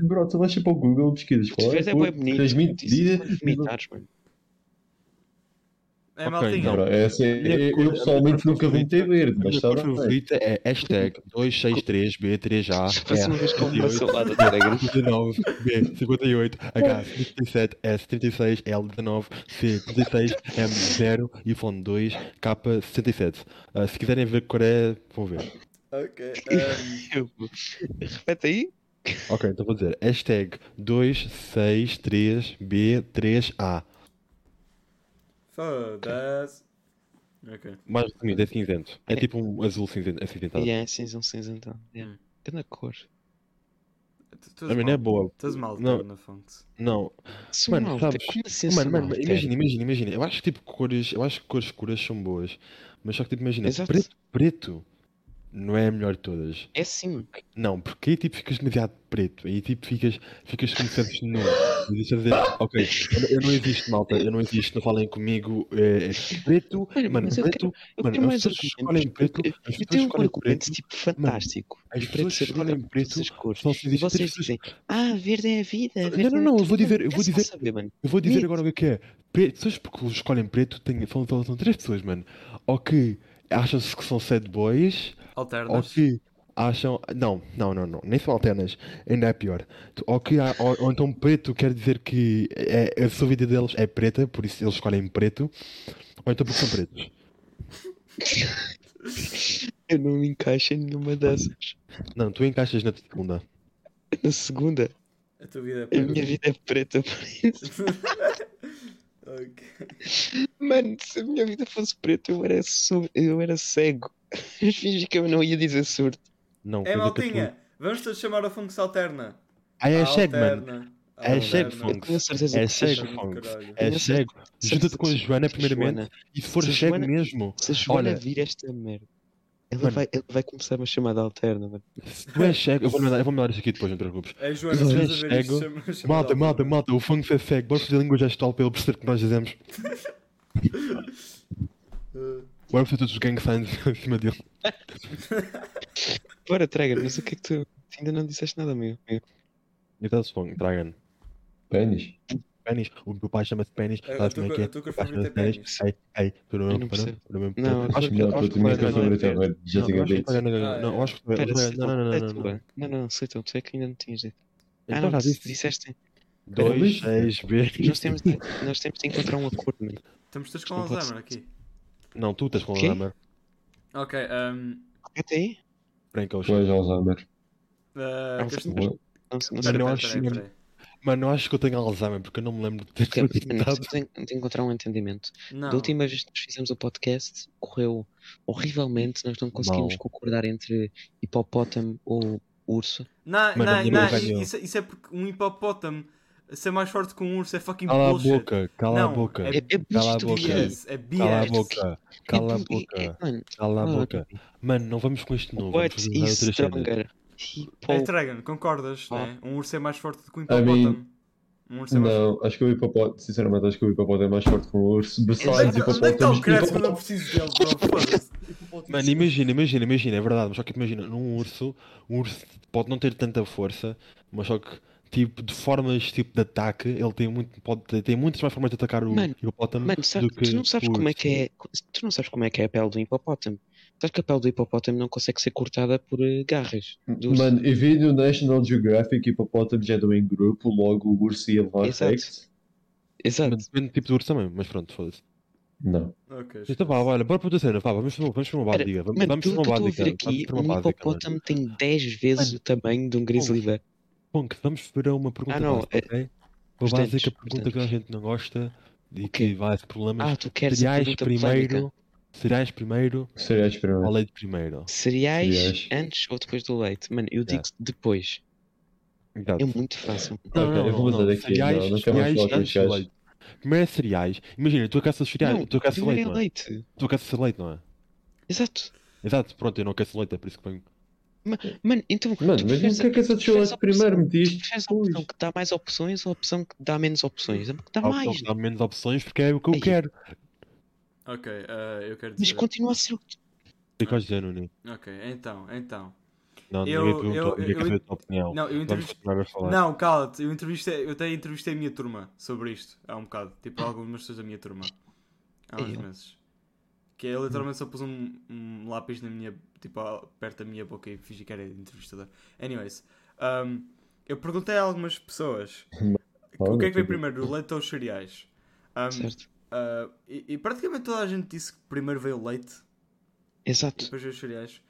[SPEAKER 4] Bro, tu vais tipo ao Google, pesquisas qual é
[SPEAKER 2] Verde
[SPEAKER 4] a
[SPEAKER 2] é
[SPEAKER 4] cor,
[SPEAKER 2] bem bonito.
[SPEAKER 4] transmite
[SPEAKER 2] isso
[SPEAKER 4] vida.
[SPEAKER 2] pode vomitar, mano.
[SPEAKER 3] É
[SPEAKER 1] Ok,
[SPEAKER 3] maltinha.
[SPEAKER 1] então.
[SPEAKER 4] Bro, é assim,
[SPEAKER 1] Minha
[SPEAKER 4] eu,
[SPEAKER 1] cor-
[SPEAKER 4] eu
[SPEAKER 1] minha
[SPEAKER 4] pessoalmente nunca
[SPEAKER 1] cor
[SPEAKER 4] vomitei verde,
[SPEAKER 1] A
[SPEAKER 4] mas
[SPEAKER 1] minha
[SPEAKER 4] está
[SPEAKER 1] cor
[SPEAKER 4] bem.
[SPEAKER 1] favorita é hashtag 263B3A.
[SPEAKER 2] Se fosse uma vez com uma
[SPEAKER 1] 58,
[SPEAKER 2] salada de alegre.
[SPEAKER 1] 19, é, B, 58, H, 57, S, 36, L, 19, C, 36, M, 0, Y, 2, K, 67. Ah, se quiserem ver cor é, vão ver.
[SPEAKER 3] Ok. ehm,
[SPEAKER 2] Repete aí.
[SPEAKER 1] Ok, então vou dizer hashtag 263B3A.
[SPEAKER 3] Foda-se. Ok.
[SPEAKER 1] Mais resumido, é cinzento. É tipo um azul cinzento, acinzentado.
[SPEAKER 2] Yeah, cinzão, cinzentão. Yeah. então. É. Grande cor.
[SPEAKER 3] Tu- tu és
[SPEAKER 1] A minha
[SPEAKER 3] mal-
[SPEAKER 1] é boa.
[SPEAKER 3] Tu és mal
[SPEAKER 1] Não.
[SPEAKER 3] Não. na fonte.
[SPEAKER 1] Não,
[SPEAKER 2] Sou
[SPEAKER 1] Mano,
[SPEAKER 2] malta,
[SPEAKER 1] sabes-
[SPEAKER 2] como assim
[SPEAKER 1] mano,
[SPEAKER 2] sou
[SPEAKER 1] mano,
[SPEAKER 2] malta?
[SPEAKER 1] imagina, imagina, imagina. Eu acho que tipo cores, eu acho que cores escuras são boas, mas só que tipo imagina,
[SPEAKER 2] É Exato.
[SPEAKER 1] preto, preto não é a melhor de todas.
[SPEAKER 2] É sim.
[SPEAKER 1] Não, porque aí tipo ficas demasiado preto, aí tipo ficas, ficas como se fosse nu. E Deixa eu dizer, ok, eu, não- eu não existo, malta, eu não existo, não falem comigo. É, é preto,
[SPEAKER 2] Olha,
[SPEAKER 1] mano,
[SPEAKER 2] mas eu
[SPEAKER 1] preto,
[SPEAKER 2] Eu
[SPEAKER 1] mano,
[SPEAKER 2] quero
[SPEAKER 1] as
[SPEAKER 2] mais
[SPEAKER 1] pessoas
[SPEAKER 2] argumentos.
[SPEAKER 1] escolhem preto,
[SPEAKER 2] Eu-
[SPEAKER 1] as
[SPEAKER 2] Eu
[SPEAKER 1] pessoas
[SPEAKER 2] tenho um
[SPEAKER 1] escolhem
[SPEAKER 2] argumento
[SPEAKER 1] preto.
[SPEAKER 2] tipo fantástico.
[SPEAKER 1] As
[SPEAKER 2] O preto
[SPEAKER 1] pessoas
[SPEAKER 2] ser
[SPEAKER 1] escolhem
[SPEAKER 2] bonito por todas
[SPEAKER 1] preto,
[SPEAKER 2] as cores.
[SPEAKER 1] só se
[SPEAKER 2] E
[SPEAKER 1] existe preto,
[SPEAKER 2] vocês
[SPEAKER 1] as pessoas-
[SPEAKER 2] dizem, ah, verde é a vida. verde
[SPEAKER 1] não,
[SPEAKER 2] é
[SPEAKER 1] não, eu
[SPEAKER 2] tudo."
[SPEAKER 1] vou dizer- eu vou
[SPEAKER 2] É só
[SPEAKER 1] dizer-
[SPEAKER 2] saber, mano.
[SPEAKER 1] Eu vou dizer
[SPEAKER 2] Preto.
[SPEAKER 1] agora o que é que é. Pre- Pessoas que escolhem preto tem, são, são, são três pessoas, mano. Ou que acham-se que são sad boys, ou
[SPEAKER 3] Alternas.
[SPEAKER 1] que acham. Não, não, não, não. Nem são alternas. Ainda é pior. Tu- Ou, que, há- ou, ou então preto quer dizer que é, a sua vida deles é preta, por isso eles escolhem preto. Ou então porque são pretos.
[SPEAKER 2] Eu não me encaixo em nenhuma dessas.
[SPEAKER 1] Não, tu encaixas na segunda.
[SPEAKER 2] Na segunda,
[SPEAKER 3] A tua vida é
[SPEAKER 1] Uhum.
[SPEAKER 2] a minha
[SPEAKER 3] preta.
[SPEAKER 2] vida é preta, por isso.
[SPEAKER 3] ok.
[SPEAKER 2] Mano, se a minha vida fosse preta, eu era, sur... eu era cego. Mas fingi que eu não ia dizer surdo.
[SPEAKER 1] Não,
[SPEAKER 3] É
[SPEAKER 1] coisa que tu-
[SPEAKER 3] maltinha. Vamos todos chamar a Funks Alterna.
[SPEAKER 1] Ah, é cego, mano.
[SPEAKER 3] Alterna. Ah,
[SPEAKER 1] É cego,
[SPEAKER 3] Alterna.
[SPEAKER 2] Eu
[SPEAKER 1] Funks.
[SPEAKER 2] tenho certeza
[SPEAKER 1] É
[SPEAKER 2] que vocês
[SPEAKER 1] cego,
[SPEAKER 2] chamam.
[SPEAKER 1] Funks.
[SPEAKER 3] Caralho.
[SPEAKER 1] É
[SPEAKER 2] Não sei.
[SPEAKER 1] cego. Junta-te com a Joana, primeiramente.
[SPEAKER 2] Joana,
[SPEAKER 1] E se for
[SPEAKER 2] Se a
[SPEAKER 1] cego
[SPEAKER 2] Joana-
[SPEAKER 1] mesmo,
[SPEAKER 2] se a Joana
[SPEAKER 1] Olha.
[SPEAKER 2] vir esta merda, ela
[SPEAKER 1] Mano.
[SPEAKER 2] vai, ela vai começar uma chamada alterna, mano.
[SPEAKER 1] se tu és cego, eu vou mandar, eu vou mandar isto aqui depois, não te preocupes.
[SPEAKER 3] É Joana,
[SPEAKER 1] Mas
[SPEAKER 3] se
[SPEAKER 1] é
[SPEAKER 3] estás a ver isto,
[SPEAKER 1] cego.
[SPEAKER 3] chama- chama
[SPEAKER 1] Malta,
[SPEAKER 3] Alterna.
[SPEAKER 1] malta, malta, o fungo é cego. Bora fazer língua gestual para ele perceber o que nós dizemos.
[SPEAKER 3] Uh,
[SPEAKER 1] Bora fazer todos os gang signs em cima dele.
[SPEAKER 2] Bora, Trager, mas o que é que tu tu ainda não disseste nada, meu? meu.
[SPEAKER 1] E estás fungo, Dragon.
[SPEAKER 4] Pênis.
[SPEAKER 1] Pênis, o meu pai chama-se pênis.
[SPEAKER 3] Eu- eu
[SPEAKER 1] Sabes
[SPEAKER 3] tô
[SPEAKER 1] como é
[SPEAKER 3] com-
[SPEAKER 1] que é?
[SPEAKER 3] eu tô com
[SPEAKER 1] O pai
[SPEAKER 3] favorito
[SPEAKER 1] chama-se
[SPEAKER 3] é
[SPEAKER 1] pênis. Ei, ei, tu não
[SPEAKER 2] Eu não percebo. Não,
[SPEAKER 1] Acho
[SPEAKER 4] Acho melhor, porque a minha cor favorita é verde, já te
[SPEAKER 1] que
[SPEAKER 4] garanto.
[SPEAKER 1] tu não,
[SPEAKER 3] Ah,
[SPEAKER 1] não, não,
[SPEAKER 3] é.
[SPEAKER 1] acho que tu-
[SPEAKER 2] Pera, sei
[SPEAKER 1] não, não, não,
[SPEAKER 2] lá,
[SPEAKER 1] não,
[SPEAKER 2] é
[SPEAKER 1] não,
[SPEAKER 2] tua.
[SPEAKER 1] não.
[SPEAKER 2] Não, não, sei tu, tu é que ainda não tinhas dito. Ah,
[SPEAKER 1] Então
[SPEAKER 2] não,
[SPEAKER 1] já
[SPEAKER 2] tu
[SPEAKER 1] disse
[SPEAKER 2] disseste.
[SPEAKER 1] 2, 6, B.
[SPEAKER 2] Nós temos, de, nós temos de encontrar um acordo, mano.
[SPEAKER 3] Estamos todos com
[SPEAKER 2] Não pode
[SPEAKER 3] Alzheimer aqui.
[SPEAKER 1] Não, tu estás com a
[SPEAKER 2] Quê?
[SPEAKER 1] lama.
[SPEAKER 3] Ok, um,
[SPEAKER 2] Até aí?
[SPEAKER 1] Brancos.
[SPEAKER 4] Tu és Alzheimer.
[SPEAKER 3] uh,
[SPEAKER 2] Não,
[SPEAKER 3] queres-
[SPEAKER 2] não
[SPEAKER 4] Boa.
[SPEAKER 2] Não, sei- não sei.
[SPEAKER 1] Mano,
[SPEAKER 3] Pera,
[SPEAKER 1] eu
[SPEAKER 3] pera,
[SPEAKER 1] acho-
[SPEAKER 3] pera, pera aí.
[SPEAKER 1] Mano, eu acho que eu tenho Alzheimer porque eu não me lembro de ter
[SPEAKER 2] Ok, mano,
[SPEAKER 1] perguntado.
[SPEAKER 2] precisamos de, de encontrar um entendimento.
[SPEAKER 3] Não.
[SPEAKER 2] Da última vez que nós fizemos o podcast, correu horrivelmente, nós não conseguimos
[SPEAKER 1] Mal.
[SPEAKER 2] concordar entre hipopótamo ou urso.
[SPEAKER 3] Não,
[SPEAKER 1] Mano,
[SPEAKER 3] não,
[SPEAKER 1] ninguém
[SPEAKER 3] não,
[SPEAKER 1] ganhou.
[SPEAKER 3] isso, isso é porque um hipopótamo ser mais forte que um urso é fucking
[SPEAKER 1] Cala a
[SPEAKER 3] bullshit.
[SPEAKER 1] boca, cala a
[SPEAKER 3] Não,
[SPEAKER 1] boca.
[SPEAKER 2] É, é
[SPEAKER 1] Cala a
[SPEAKER 2] bicho do
[SPEAKER 1] boca.
[SPEAKER 2] guia.
[SPEAKER 3] BS, é
[SPEAKER 1] Cala a
[SPEAKER 3] BS.
[SPEAKER 1] boca,
[SPEAKER 2] É
[SPEAKER 1] cala a
[SPEAKER 2] do- é- é-
[SPEAKER 1] boca,
[SPEAKER 2] mano,
[SPEAKER 1] cala a
[SPEAKER 2] não,
[SPEAKER 1] boca. Mano, não vamos com este novo.
[SPEAKER 2] What
[SPEAKER 1] vamos fazer um
[SPEAKER 2] is
[SPEAKER 1] outras cenas.
[SPEAKER 2] stronger?
[SPEAKER 3] É
[SPEAKER 2] Hipo...
[SPEAKER 3] Dragon, concordas,
[SPEAKER 2] Ah.
[SPEAKER 3] né? Um urso é mais forte do que um
[SPEAKER 4] I mean-
[SPEAKER 3] hipopótamo. Um urso é mais
[SPEAKER 4] Não, acho que o hipopótamo, sinceramente, acho que o hipopótamo é mais forte que o urso.
[SPEAKER 1] tipo,
[SPEAKER 4] Besides,
[SPEAKER 3] Onde é que- onde é que está
[SPEAKER 4] hipopótamos.
[SPEAKER 3] o Krebs quando eu preciso dele, bro? Foda-se.
[SPEAKER 1] Mano, imagina, imagina, imagina, é verdade, mas só que imagina, num urso, um urso pode não ter tanta força, mas só que, tipo, de formas tipo de ataque, ele tem muito, pode ter- tem muitas mais formas de atacar o
[SPEAKER 2] Mano,
[SPEAKER 1] hipopótamo
[SPEAKER 2] Mano, sabe-
[SPEAKER 1] do que
[SPEAKER 2] tu não sabes
[SPEAKER 1] o
[SPEAKER 2] como é
[SPEAKER 1] urso.
[SPEAKER 2] que é. Tu não sabes como é que é a pele do hipopótamo. Sabes que a pele do hipopótamo não consegue ser cortada por eh, garras do urso.
[SPEAKER 4] Mano, eu vi no National Geographic hipopótamos já andam em grupo, logo o urso ia levar
[SPEAKER 2] Exato.
[SPEAKER 4] sexo.
[SPEAKER 2] Exato.
[SPEAKER 1] Mas Depende do tipo de urso também, mas pronto, foda-se.
[SPEAKER 4] Não.
[SPEAKER 3] Ok,
[SPEAKER 1] Então vá, olha, bora para outra cena, vá, vamos para uma- vamos para uma
[SPEAKER 2] Pera,
[SPEAKER 1] básica, vamos,
[SPEAKER 2] Mano,
[SPEAKER 1] vamos
[SPEAKER 2] pelo
[SPEAKER 1] para uma
[SPEAKER 2] que eu estou a
[SPEAKER 1] básica,
[SPEAKER 2] ver aqui,
[SPEAKER 1] vamos para uma
[SPEAKER 2] um
[SPEAKER 1] básica, mano.
[SPEAKER 2] hipopótamo tem 10 vezes
[SPEAKER 1] Mano,
[SPEAKER 2] o tamanho de um grizzly bear.
[SPEAKER 1] Punk, vamos para uma pergunta
[SPEAKER 2] Ah, não,
[SPEAKER 1] básica,
[SPEAKER 2] é-
[SPEAKER 1] ok?
[SPEAKER 2] os
[SPEAKER 1] Uma básica
[SPEAKER 2] dentes, os
[SPEAKER 1] pergunta que a gente não gosta e
[SPEAKER 2] O quê?
[SPEAKER 1] que vai a problemas.
[SPEAKER 2] Ah, tu queres a
[SPEAKER 1] Cereais
[SPEAKER 2] pergunta polémica?
[SPEAKER 1] primeiro, cereais primeiro
[SPEAKER 4] Seria experimento.
[SPEAKER 1] ou leite primeiro?
[SPEAKER 2] Cereais
[SPEAKER 4] Cereais.
[SPEAKER 2] antes ou depois do leite? Mano, eu digo depois.
[SPEAKER 1] Exato.
[SPEAKER 2] É muito fácil.
[SPEAKER 1] Não,
[SPEAKER 4] Ok,
[SPEAKER 1] não,
[SPEAKER 4] eu
[SPEAKER 2] um
[SPEAKER 1] não,
[SPEAKER 4] vou mudar
[SPEAKER 1] não.
[SPEAKER 4] daqui,
[SPEAKER 1] Cereais,
[SPEAKER 4] não, não quero mais
[SPEAKER 1] cereais
[SPEAKER 4] falar com
[SPEAKER 1] antes
[SPEAKER 4] estes
[SPEAKER 1] do
[SPEAKER 4] gajos.
[SPEAKER 1] leite. Primeiro é cereais. Imagina, tu caças cereais,
[SPEAKER 2] Não,
[SPEAKER 1] tu caças
[SPEAKER 2] primeiro
[SPEAKER 1] leite,
[SPEAKER 2] é
[SPEAKER 1] não é?
[SPEAKER 2] leite.
[SPEAKER 1] Tu caças leite, não é?
[SPEAKER 2] Exato.
[SPEAKER 1] Exato, pronto, eu não caço leite, é por isso que venho.
[SPEAKER 2] Mano, então.
[SPEAKER 4] Mano,
[SPEAKER 2] tu
[SPEAKER 4] mas
[SPEAKER 2] preferes
[SPEAKER 4] o que é que essa
[SPEAKER 2] preferes
[SPEAKER 4] desfilete
[SPEAKER 2] a
[SPEAKER 4] primeiro me
[SPEAKER 2] opção-
[SPEAKER 4] diz?
[SPEAKER 2] preferes a
[SPEAKER 4] depois?
[SPEAKER 2] opção que dá mais opções ou a opção que dá menos opções? A que dá
[SPEAKER 1] Há opção
[SPEAKER 2] mais.
[SPEAKER 1] que dá menos opções porque é o que eu
[SPEAKER 2] Ai.
[SPEAKER 1] quero.
[SPEAKER 3] ok, eh, eu quero
[SPEAKER 2] Mas
[SPEAKER 1] é.
[SPEAKER 3] dizer.
[SPEAKER 2] continua a ser o que.
[SPEAKER 1] Explica ao Giannini.
[SPEAKER 3] Ok, então, então.
[SPEAKER 1] Não,
[SPEAKER 3] Eu-
[SPEAKER 1] ninguém perguntou,
[SPEAKER 3] eu-
[SPEAKER 1] ninguém quer
[SPEAKER 3] eu-
[SPEAKER 1] saber a tua opinião.
[SPEAKER 3] Não, eu
[SPEAKER 1] Vamos
[SPEAKER 3] entrevistei.
[SPEAKER 1] continuar a falar.
[SPEAKER 3] Não, cala-te, eu, entrevistei- eu até entrevistei a minha turma sobre isto há um bocado. Tipo, algumas pessoas da minha turma. Há uns
[SPEAKER 2] Hum. Eu? Hum.
[SPEAKER 3] meses. Que eu literalmente só pus um, um lápis na minha. Tipo, a- perto da minha boca e fingi que era entrevistador. Anyways, um, eu perguntei a algumas pessoas o que é que veio primeiro, o leite ou os cereais? Um,
[SPEAKER 2] tipo, Certo?
[SPEAKER 3] ah, e, e praticamente toda a gente disse que primeiro veio o leite e
[SPEAKER 2] Exato.
[SPEAKER 3] depois veio os cereais.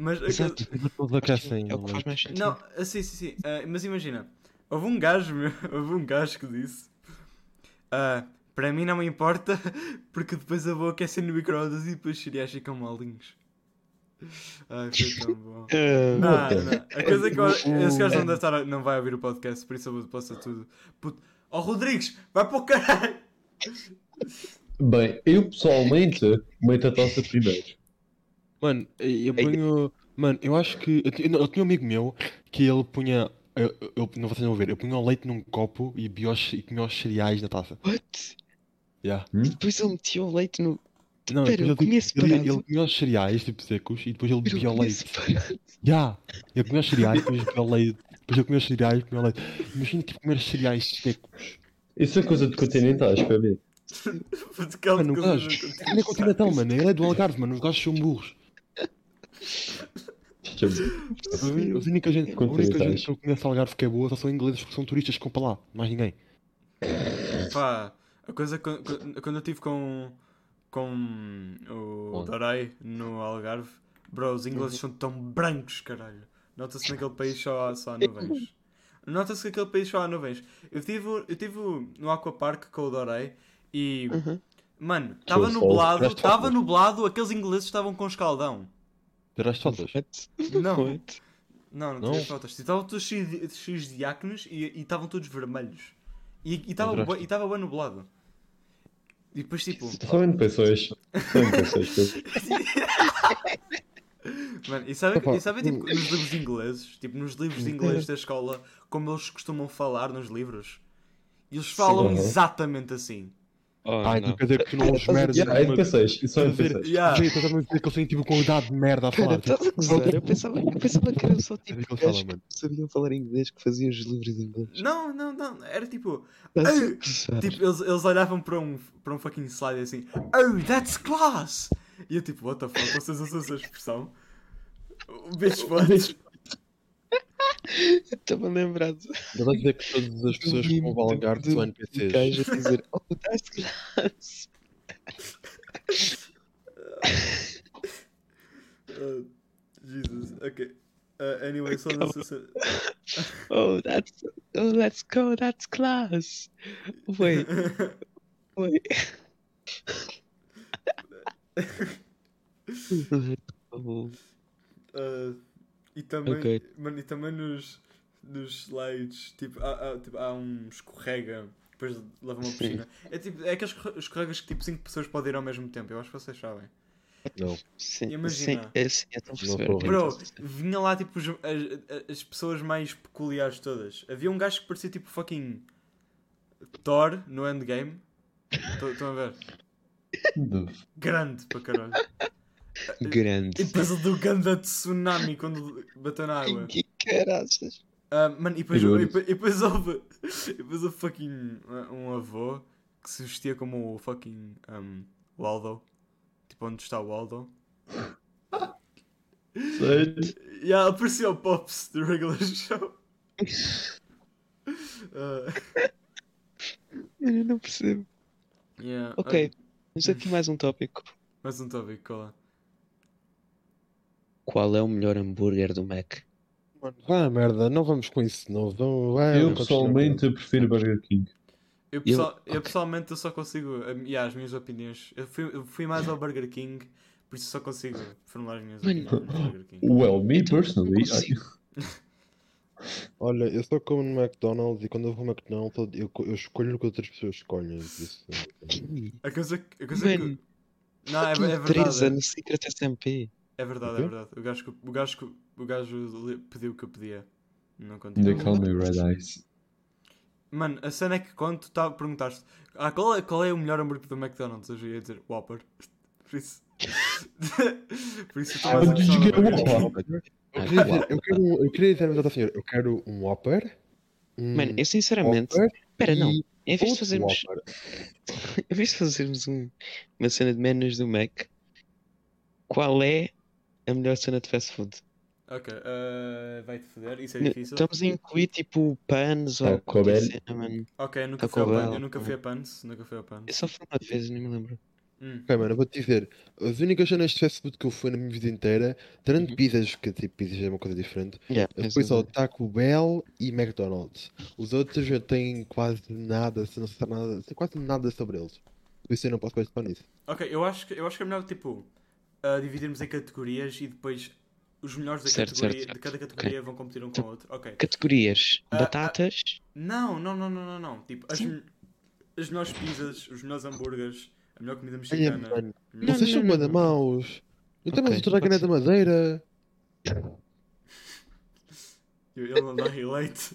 [SPEAKER 3] Mas
[SPEAKER 2] Exato.
[SPEAKER 1] Todos aquecem.
[SPEAKER 2] É o que
[SPEAKER 1] mas-
[SPEAKER 2] faz mais sentido.
[SPEAKER 3] Não, ah, sim, sim, sim. Ah, mas imagina, houve um gajo, meu, houve um gajo que disse: ah, Para mim não me importa, porque depois eu vou aquecer no microondas e depois os cereais ficam molinhos. Ai, um foi tão bom.
[SPEAKER 2] Ah,
[SPEAKER 3] Não,
[SPEAKER 1] Ok.
[SPEAKER 3] não. A coisa é que eu- esse gajo não, deve estar, a- não vai ouvir o podcast, por isso eu posso tudo. Puto. Oh, Rodrigues, vai para o caralho!
[SPEAKER 4] Bem, eu pessoalmente meto a taça primeiro.
[SPEAKER 1] Mano, eu ponho. Mano, eu acho que. Eu, ti- eu tinha um amigo meu que ele punha. Eu, eu- não vocês não vão ver, eu punha o leite num copo e, bebia os- e comia os cereais na taça.
[SPEAKER 2] What?
[SPEAKER 1] Yeah.
[SPEAKER 2] Depois ele metia o leite no.
[SPEAKER 1] Não,
[SPEAKER 2] Pera,
[SPEAKER 1] depois
[SPEAKER 2] eu comia
[SPEAKER 1] ele, ele,
[SPEAKER 2] separado.
[SPEAKER 1] ele comia os cereais tipo secos e depois ele
[SPEAKER 2] Mas eu
[SPEAKER 1] bebia o
[SPEAKER 2] comia
[SPEAKER 1] leite.
[SPEAKER 2] separado.
[SPEAKER 1] Yeah. Ele comia os cereais, depois bebia o leite, depois ele comia os cereais, comia o leite. Imagina tipo comer cereais tipo, secos.
[SPEAKER 4] Isso é coisa de continentais, para ver.
[SPEAKER 3] Puto, calma,
[SPEAKER 1] Mano, o
[SPEAKER 3] calma,
[SPEAKER 1] gajo. Ele é continental, mano, ele é do Algarve, mano, os gajos são burros. As uni- as únicas gente, a única gente
[SPEAKER 4] Continentais.
[SPEAKER 1] que eu conheço do Algarve que é boa só são ingleses porque são turistas que vão para lá, mais ninguém.
[SPEAKER 3] Pá, a coisa quan- quan- quando eu estive com, com o
[SPEAKER 2] Onde?
[SPEAKER 3] Dorei no Algarve, bro, os ingleses são tão brancos, caralho. Nota-se que naquele país só há, só há nuvens. Nota-se que naquele país só há nuvens. Eu estive eu tive no Aquapark com o Dorei e,
[SPEAKER 2] Aham.
[SPEAKER 3] mano, estava
[SPEAKER 4] sol,
[SPEAKER 3] nublado,
[SPEAKER 1] parece
[SPEAKER 3] estava
[SPEAKER 1] fotos.
[SPEAKER 3] nublado, aqueles ingleses estavam com escaldão.
[SPEAKER 1] Terás fotos?
[SPEAKER 2] What?
[SPEAKER 3] Não,
[SPEAKER 2] What?
[SPEAKER 3] não, não
[SPEAKER 1] Não?
[SPEAKER 3] tirei fotos. Estavam todos cheios de- cheios de acnes e e estavam todos vermelhos. E estava
[SPEAKER 1] Contraste.
[SPEAKER 3] bem, e estava bem nublado. E depois, tipo,
[SPEAKER 4] Só em pessoas. Só em pessoas. que-
[SPEAKER 3] Mano, e sabem
[SPEAKER 1] Opa,
[SPEAKER 3] e sabem, tipo,
[SPEAKER 1] hum.
[SPEAKER 3] nos livros ingleses, tipo, nos livros de inglês da escola, como eles costumam falar nos livros? E eles falam
[SPEAKER 4] Uhum.
[SPEAKER 3] exatamente assim.
[SPEAKER 2] Oh,
[SPEAKER 1] Ah, então
[SPEAKER 2] não.
[SPEAKER 1] quer dizer que tu não os merdas.
[SPEAKER 4] Yeah, É em
[SPEAKER 1] numa-
[SPEAKER 4] pessoas. Só em
[SPEAKER 1] Quer dizer-
[SPEAKER 4] pessoas.
[SPEAKER 3] Yeah.
[SPEAKER 1] Quer dizer, Estás a dizer que eles têm tipo qualidade de merda a
[SPEAKER 2] Pera,
[SPEAKER 1] falar. tipo,
[SPEAKER 2] estás a gozar? Eu pensava, eu pensava que eram só tipo
[SPEAKER 1] Era o que ele
[SPEAKER 2] gajos
[SPEAKER 1] fala,
[SPEAKER 2] que
[SPEAKER 1] mano.
[SPEAKER 2] sabiam falar inglês que faziam os livros em inglês.
[SPEAKER 3] Não, não, não. Era tipo.
[SPEAKER 2] Estás a
[SPEAKER 3] Ei,
[SPEAKER 2] gozar?
[SPEAKER 3] tipo eles, eles olhavam para um, para um fucking slide assim. Oh, that's class! E eu tipo, what the fuck, vocês usam essa expressão? O Bicho, pode.
[SPEAKER 2] Estava lembrado.
[SPEAKER 1] Estás a dizer que todas as pessoas que vão ao Algarve são NPCs.
[SPEAKER 2] um gajo a dizer, oh, that's class.
[SPEAKER 3] Uh, Jesus, ok. Uh, anyway, só não sei se.
[SPEAKER 2] Oh, that's, oh, let's go, that's class. Wait, wait. Oh,
[SPEAKER 3] Ah, e também,
[SPEAKER 2] Ok.
[SPEAKER 3] mano, e também nos, nos slides, tipo há, há- tipo, há um escorrega, depois leva uma piscina. É tipo, é aqueles escorre- escorregas que tipo 5 pessoas podem ir ao mesmo tempo, eu acho que vocês sabem.
[SPEAKER 1] Não.
[SPEAKER 2] sim,
[SPEAKER 3] Imagina.
[SPEAKER 2] Sim, é, sim, é tão
[SPEAKER 1] Não
[SPEAKER 2] perceber.
[SPEAKER 1] tô
[SPEAKER 2] ok,
[SPEAKER 3] Bro,
[SPEAKER 2] então, sim.
[SPEAKER 3] vinha lá tipo os- as, as pessoas mais peculiares todas. Havia um gajo que parecia tipo fucking Thor no endgame. Estão estão a ver? Grande para caralho. tá, E
[SPEAKER 2] Grande.
[SPEAKER 3] depois o do ganda tsunami quando bateu na água.
[SPEAKER 2] Que caraças.
[SPEAKER 3] Ah, mano, e depois,
[SPEAKER 4] Juro.
[SPEAKER 3] e depois- e depois houve. e Depois houve fucking uh, um avô que se vestia como o fucking um, Waldo. Tipo, onde está o Waldo?
[SPEAKER 4] Certo.
[SPEAKER 3] E ela aparecia o Pops do regular show. Ah,
[SPEAKER 2] Mano, eu não percebo.
[SPEAKER 3] yeah,
[SPEAKER 2] Ok.
[SPEAKER 3] ah,
[SPEAKER 2] Temos aqui mais um tópico.
[SPEAKER 3] mais um tópico, cola.
[SPEAKER 2] Qual é o melhor hambúrguer do Mac?
[SPEAKER 1] Mano, vai à Ah, merda, não vamos com isso de novo. Não, vai,
[SPEAKER 4] Eu
[SPEAKER 1] não
[SPEAKER 4] pessoalmente prefiro Burger King.
[SPEAKER 3] Eu, pessoal- eu pessoalmente eu só consigo. ah, yeah, as minhas opiniões. Eu fui, eu fui mais ao Burger King, por isso só consigo formular as minhas
[SPEAKER 2] Mano.
[SPEAKER 3] opiniões no Burger King.
[SPEAKER 4] Well, me
[SPEAKER 2] Então,
[SPEAKER 4] personally.
[SPEAKER 2] não consigo.
[SPEAKER 4] I-
[SPEAKER 1] Olha, eu só como no McDonald's e quando eu vou ao McDonald's eu, eu co- eu escolho o que outras pessoas escolhem. por Isso.
[SPEAKER 3] A coisa que. A coisa que...
[SPEAKER 2] Mano,
[SPEAKER 3] Não, é, é
[SPEAKER 2] Fucking
[SPEAKER 3] verdade.
[SPEAKER 2] Tipo, Teresa no Secret SMP.
[SPEAKER 3] É verdade, é
[SPEAKER 1] quê?
[SPEAKER 3] verdade. O gajo, que- o gajo, que- o gajo li- pediu o que eu pedia. Não
[SPEAKER 4] They
[SPEAKER 3] continua.
[SPEAKER 4] call me Red Eyes.
[SPEAKER 3] Mano, a cena é que quando tu tá, perguntaste ah, qual, é, qual é o melhor hambúrguer do McDonald's, eu já ia dizer Whopper. Por isso. Por isso
[SPEAKER 1] Ah,
[SPEAKER 3] eu
[SPEAKER 1] mas diz que é
[SPEAKER 3] estava a
[SPEAKER 1] um
[SPEAKER 3] pensar
[SPEAKER 1] Whopper. Eu queria dizer- eu quero- um, eu queria dizer à minha data senhora, eu quero um Whopper. Um
[SPEAKER 2] Mano, eu sinceramente.
[SPEAKER 1] Whopper
[SPEAKER 2] Pera, não.
[SPEAKER 1] e
[SPEAKER 2] Em vez de
[SPEAKER 1] outro
[SPEAKER 2] fazermos,
[SPEAKER 1] Whopper.
[SPEAKER 2] em vez de fazermos um- uma cena de menus do Mac, qual é a melhor cena de fast food?
[SPEAKER 3] Ok, eh, vai-te foder, isso é
[SPEAKER 2] N-
[SPEAKER 3] difícil.
[SPEAKER 2] Estamos a incluir tipo panos ou
[SPEAKER 1] Ah,
[SPEAKER 4] Taco
[SPEAKER 1] é?
[SPEAKER 2] qualquer
[SPEAKER 4] Bell.
[SPEAKER 2] cena, mano.
[SPEAKER 3] Ok, eu nunca
[SPEAKER 2] Taco
[SPEAKER 3] fui ao
[SPEAKER 2] Bell,
[SPEAKER 3] pano, eu nunca
[SPEAKER 2] né?
[SPEAKER 3] fui a panos, nunca fui a
[SPEAKER 2] Eu
[SPEAKER 3] panos.
[SPEAKER 2] só fui uma vez, nem me lembro.
[SPEAKER 3] Hum.
[SPEAKER 1] Ok, mano, eu vou-te dizer. As únicas cenas de fast food que eu fui na minha vida inteira, tirando
[SPEAKER 2] Uhum.
[SPEAKER 1] pizzas, que tipo, pizzas é uma coisa diferente,
[SPEAKER 2] Yeah,
[SPEAKER 1] eu
[SPEAKER 2] mas
[SPEAKER 1] fui só
[SPEAKER 2] não-
[SPEAKER 1] Taco Bell e McDonald's. Os outros eu tenho quase nada, se não sei nada, sei quase nada sobre eles. Por isso eu não posso participar nisso.
[SPEAKER 3] Ok, eu acho que, eu acho que é melhor, tipo, ah, dividirmos em categorias e depois os melhores da
[SPEAKER 2] Certo,
[SPEAKER 3] categoria,
[SPEAKER 2] certo,
[SPEAKER 3] de cada
[SPEAKER 2] certo.
[SPEAKER 3] categoria vão competir um com o outro. Ok.
[SPEAKER 2] Categorias:
[SPEAKER 3] Ah, ah.
[SPEAKER 2] batatas,
[SPEAKER 3] Não, não, não, não, não, não. Tipo, as,
[SPEAKER 2] Sim.
[SPEAKER 3] me- as melhores pizzas, os melhores hambúrgueres, a melhor comida
[SPEAKER 1] Ai, é,
[SPEAKER 3] mexicana.
[SPEAKER 1] mano,
[SPEAKER 3] a melhor-
[SPEAKER 2] Não,
[SPEAKER 1] vocês
[SPEAKER 2] não,
[SPEAKER 1] são
[SPEAKER 2] não,
[SPEAKER 1] bué de
[SPEAKER 2] não.
[SPEAKER 1] maus. Eu também
[SPEAKER 2] Ok,
[SPEAKER 1] sou toda a
[SPEAKER 2] pode
[SPEAKER 1] caneta madeira.
[SPEAKER 3] Ele não dá relate.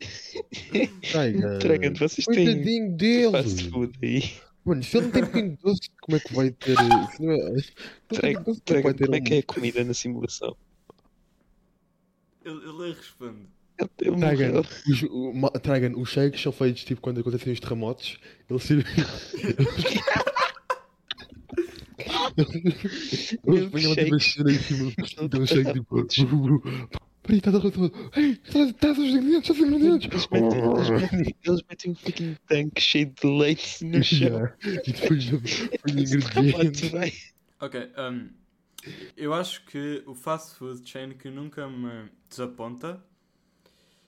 [SPEAKER 1] Traigan.
[SPEAKER 2] Traigan, vocês têm
[SPEAKER 1] Coitadinho dele.
[SPEAKER 2] fast food aí.
[SPEAKER 1] Mano, se ele não tem pingo doce, como é que vai ter. se não é- se não tem
[SPEAKER 2] Traga-
[SPEAKER 1] pingo doce, como é que
[SPEAKER 2] Traigan,
[SPEAKER 1] vai ter
[SPEAKER 2] como é que é
[SPEAKER 1] um.
[SPEAKER 2] a comida na simulação?
[SPEAKER 3] Ele, ele é responde.
[SPEAKER 1] Tá
[SPEAKER 2] Ele, ele
[SPEAKER 1] Traigan,
[SPEAKER 2] morreu.
[SPEAKER 1] os, o, ma- Traigan, os shakes são feitos tipo quando acontecem os terremotos. Eles se. Eles
[SPEAKER 2] Milkshake.
[SPEAKER 1] apanham tipo as cenas em cima e dão um shake tipo. Peraí, estás a Ei, tá estás estás aos ingredientes, estás aos ingredientes!
[SPEAKER 2] Eles metem, eles metem- eles metem um fucking tanque cheio de leite no chão.
[SPEAKER 1] Yeah. E depois dão- põem
[SPEAKER 2] Muito
[SPEAKER 1] ingredientes.
[SPEAKER 2] bem.
[SPEAKER 3] Ok, um, eu acho que o fast food chain que nunca me desaponta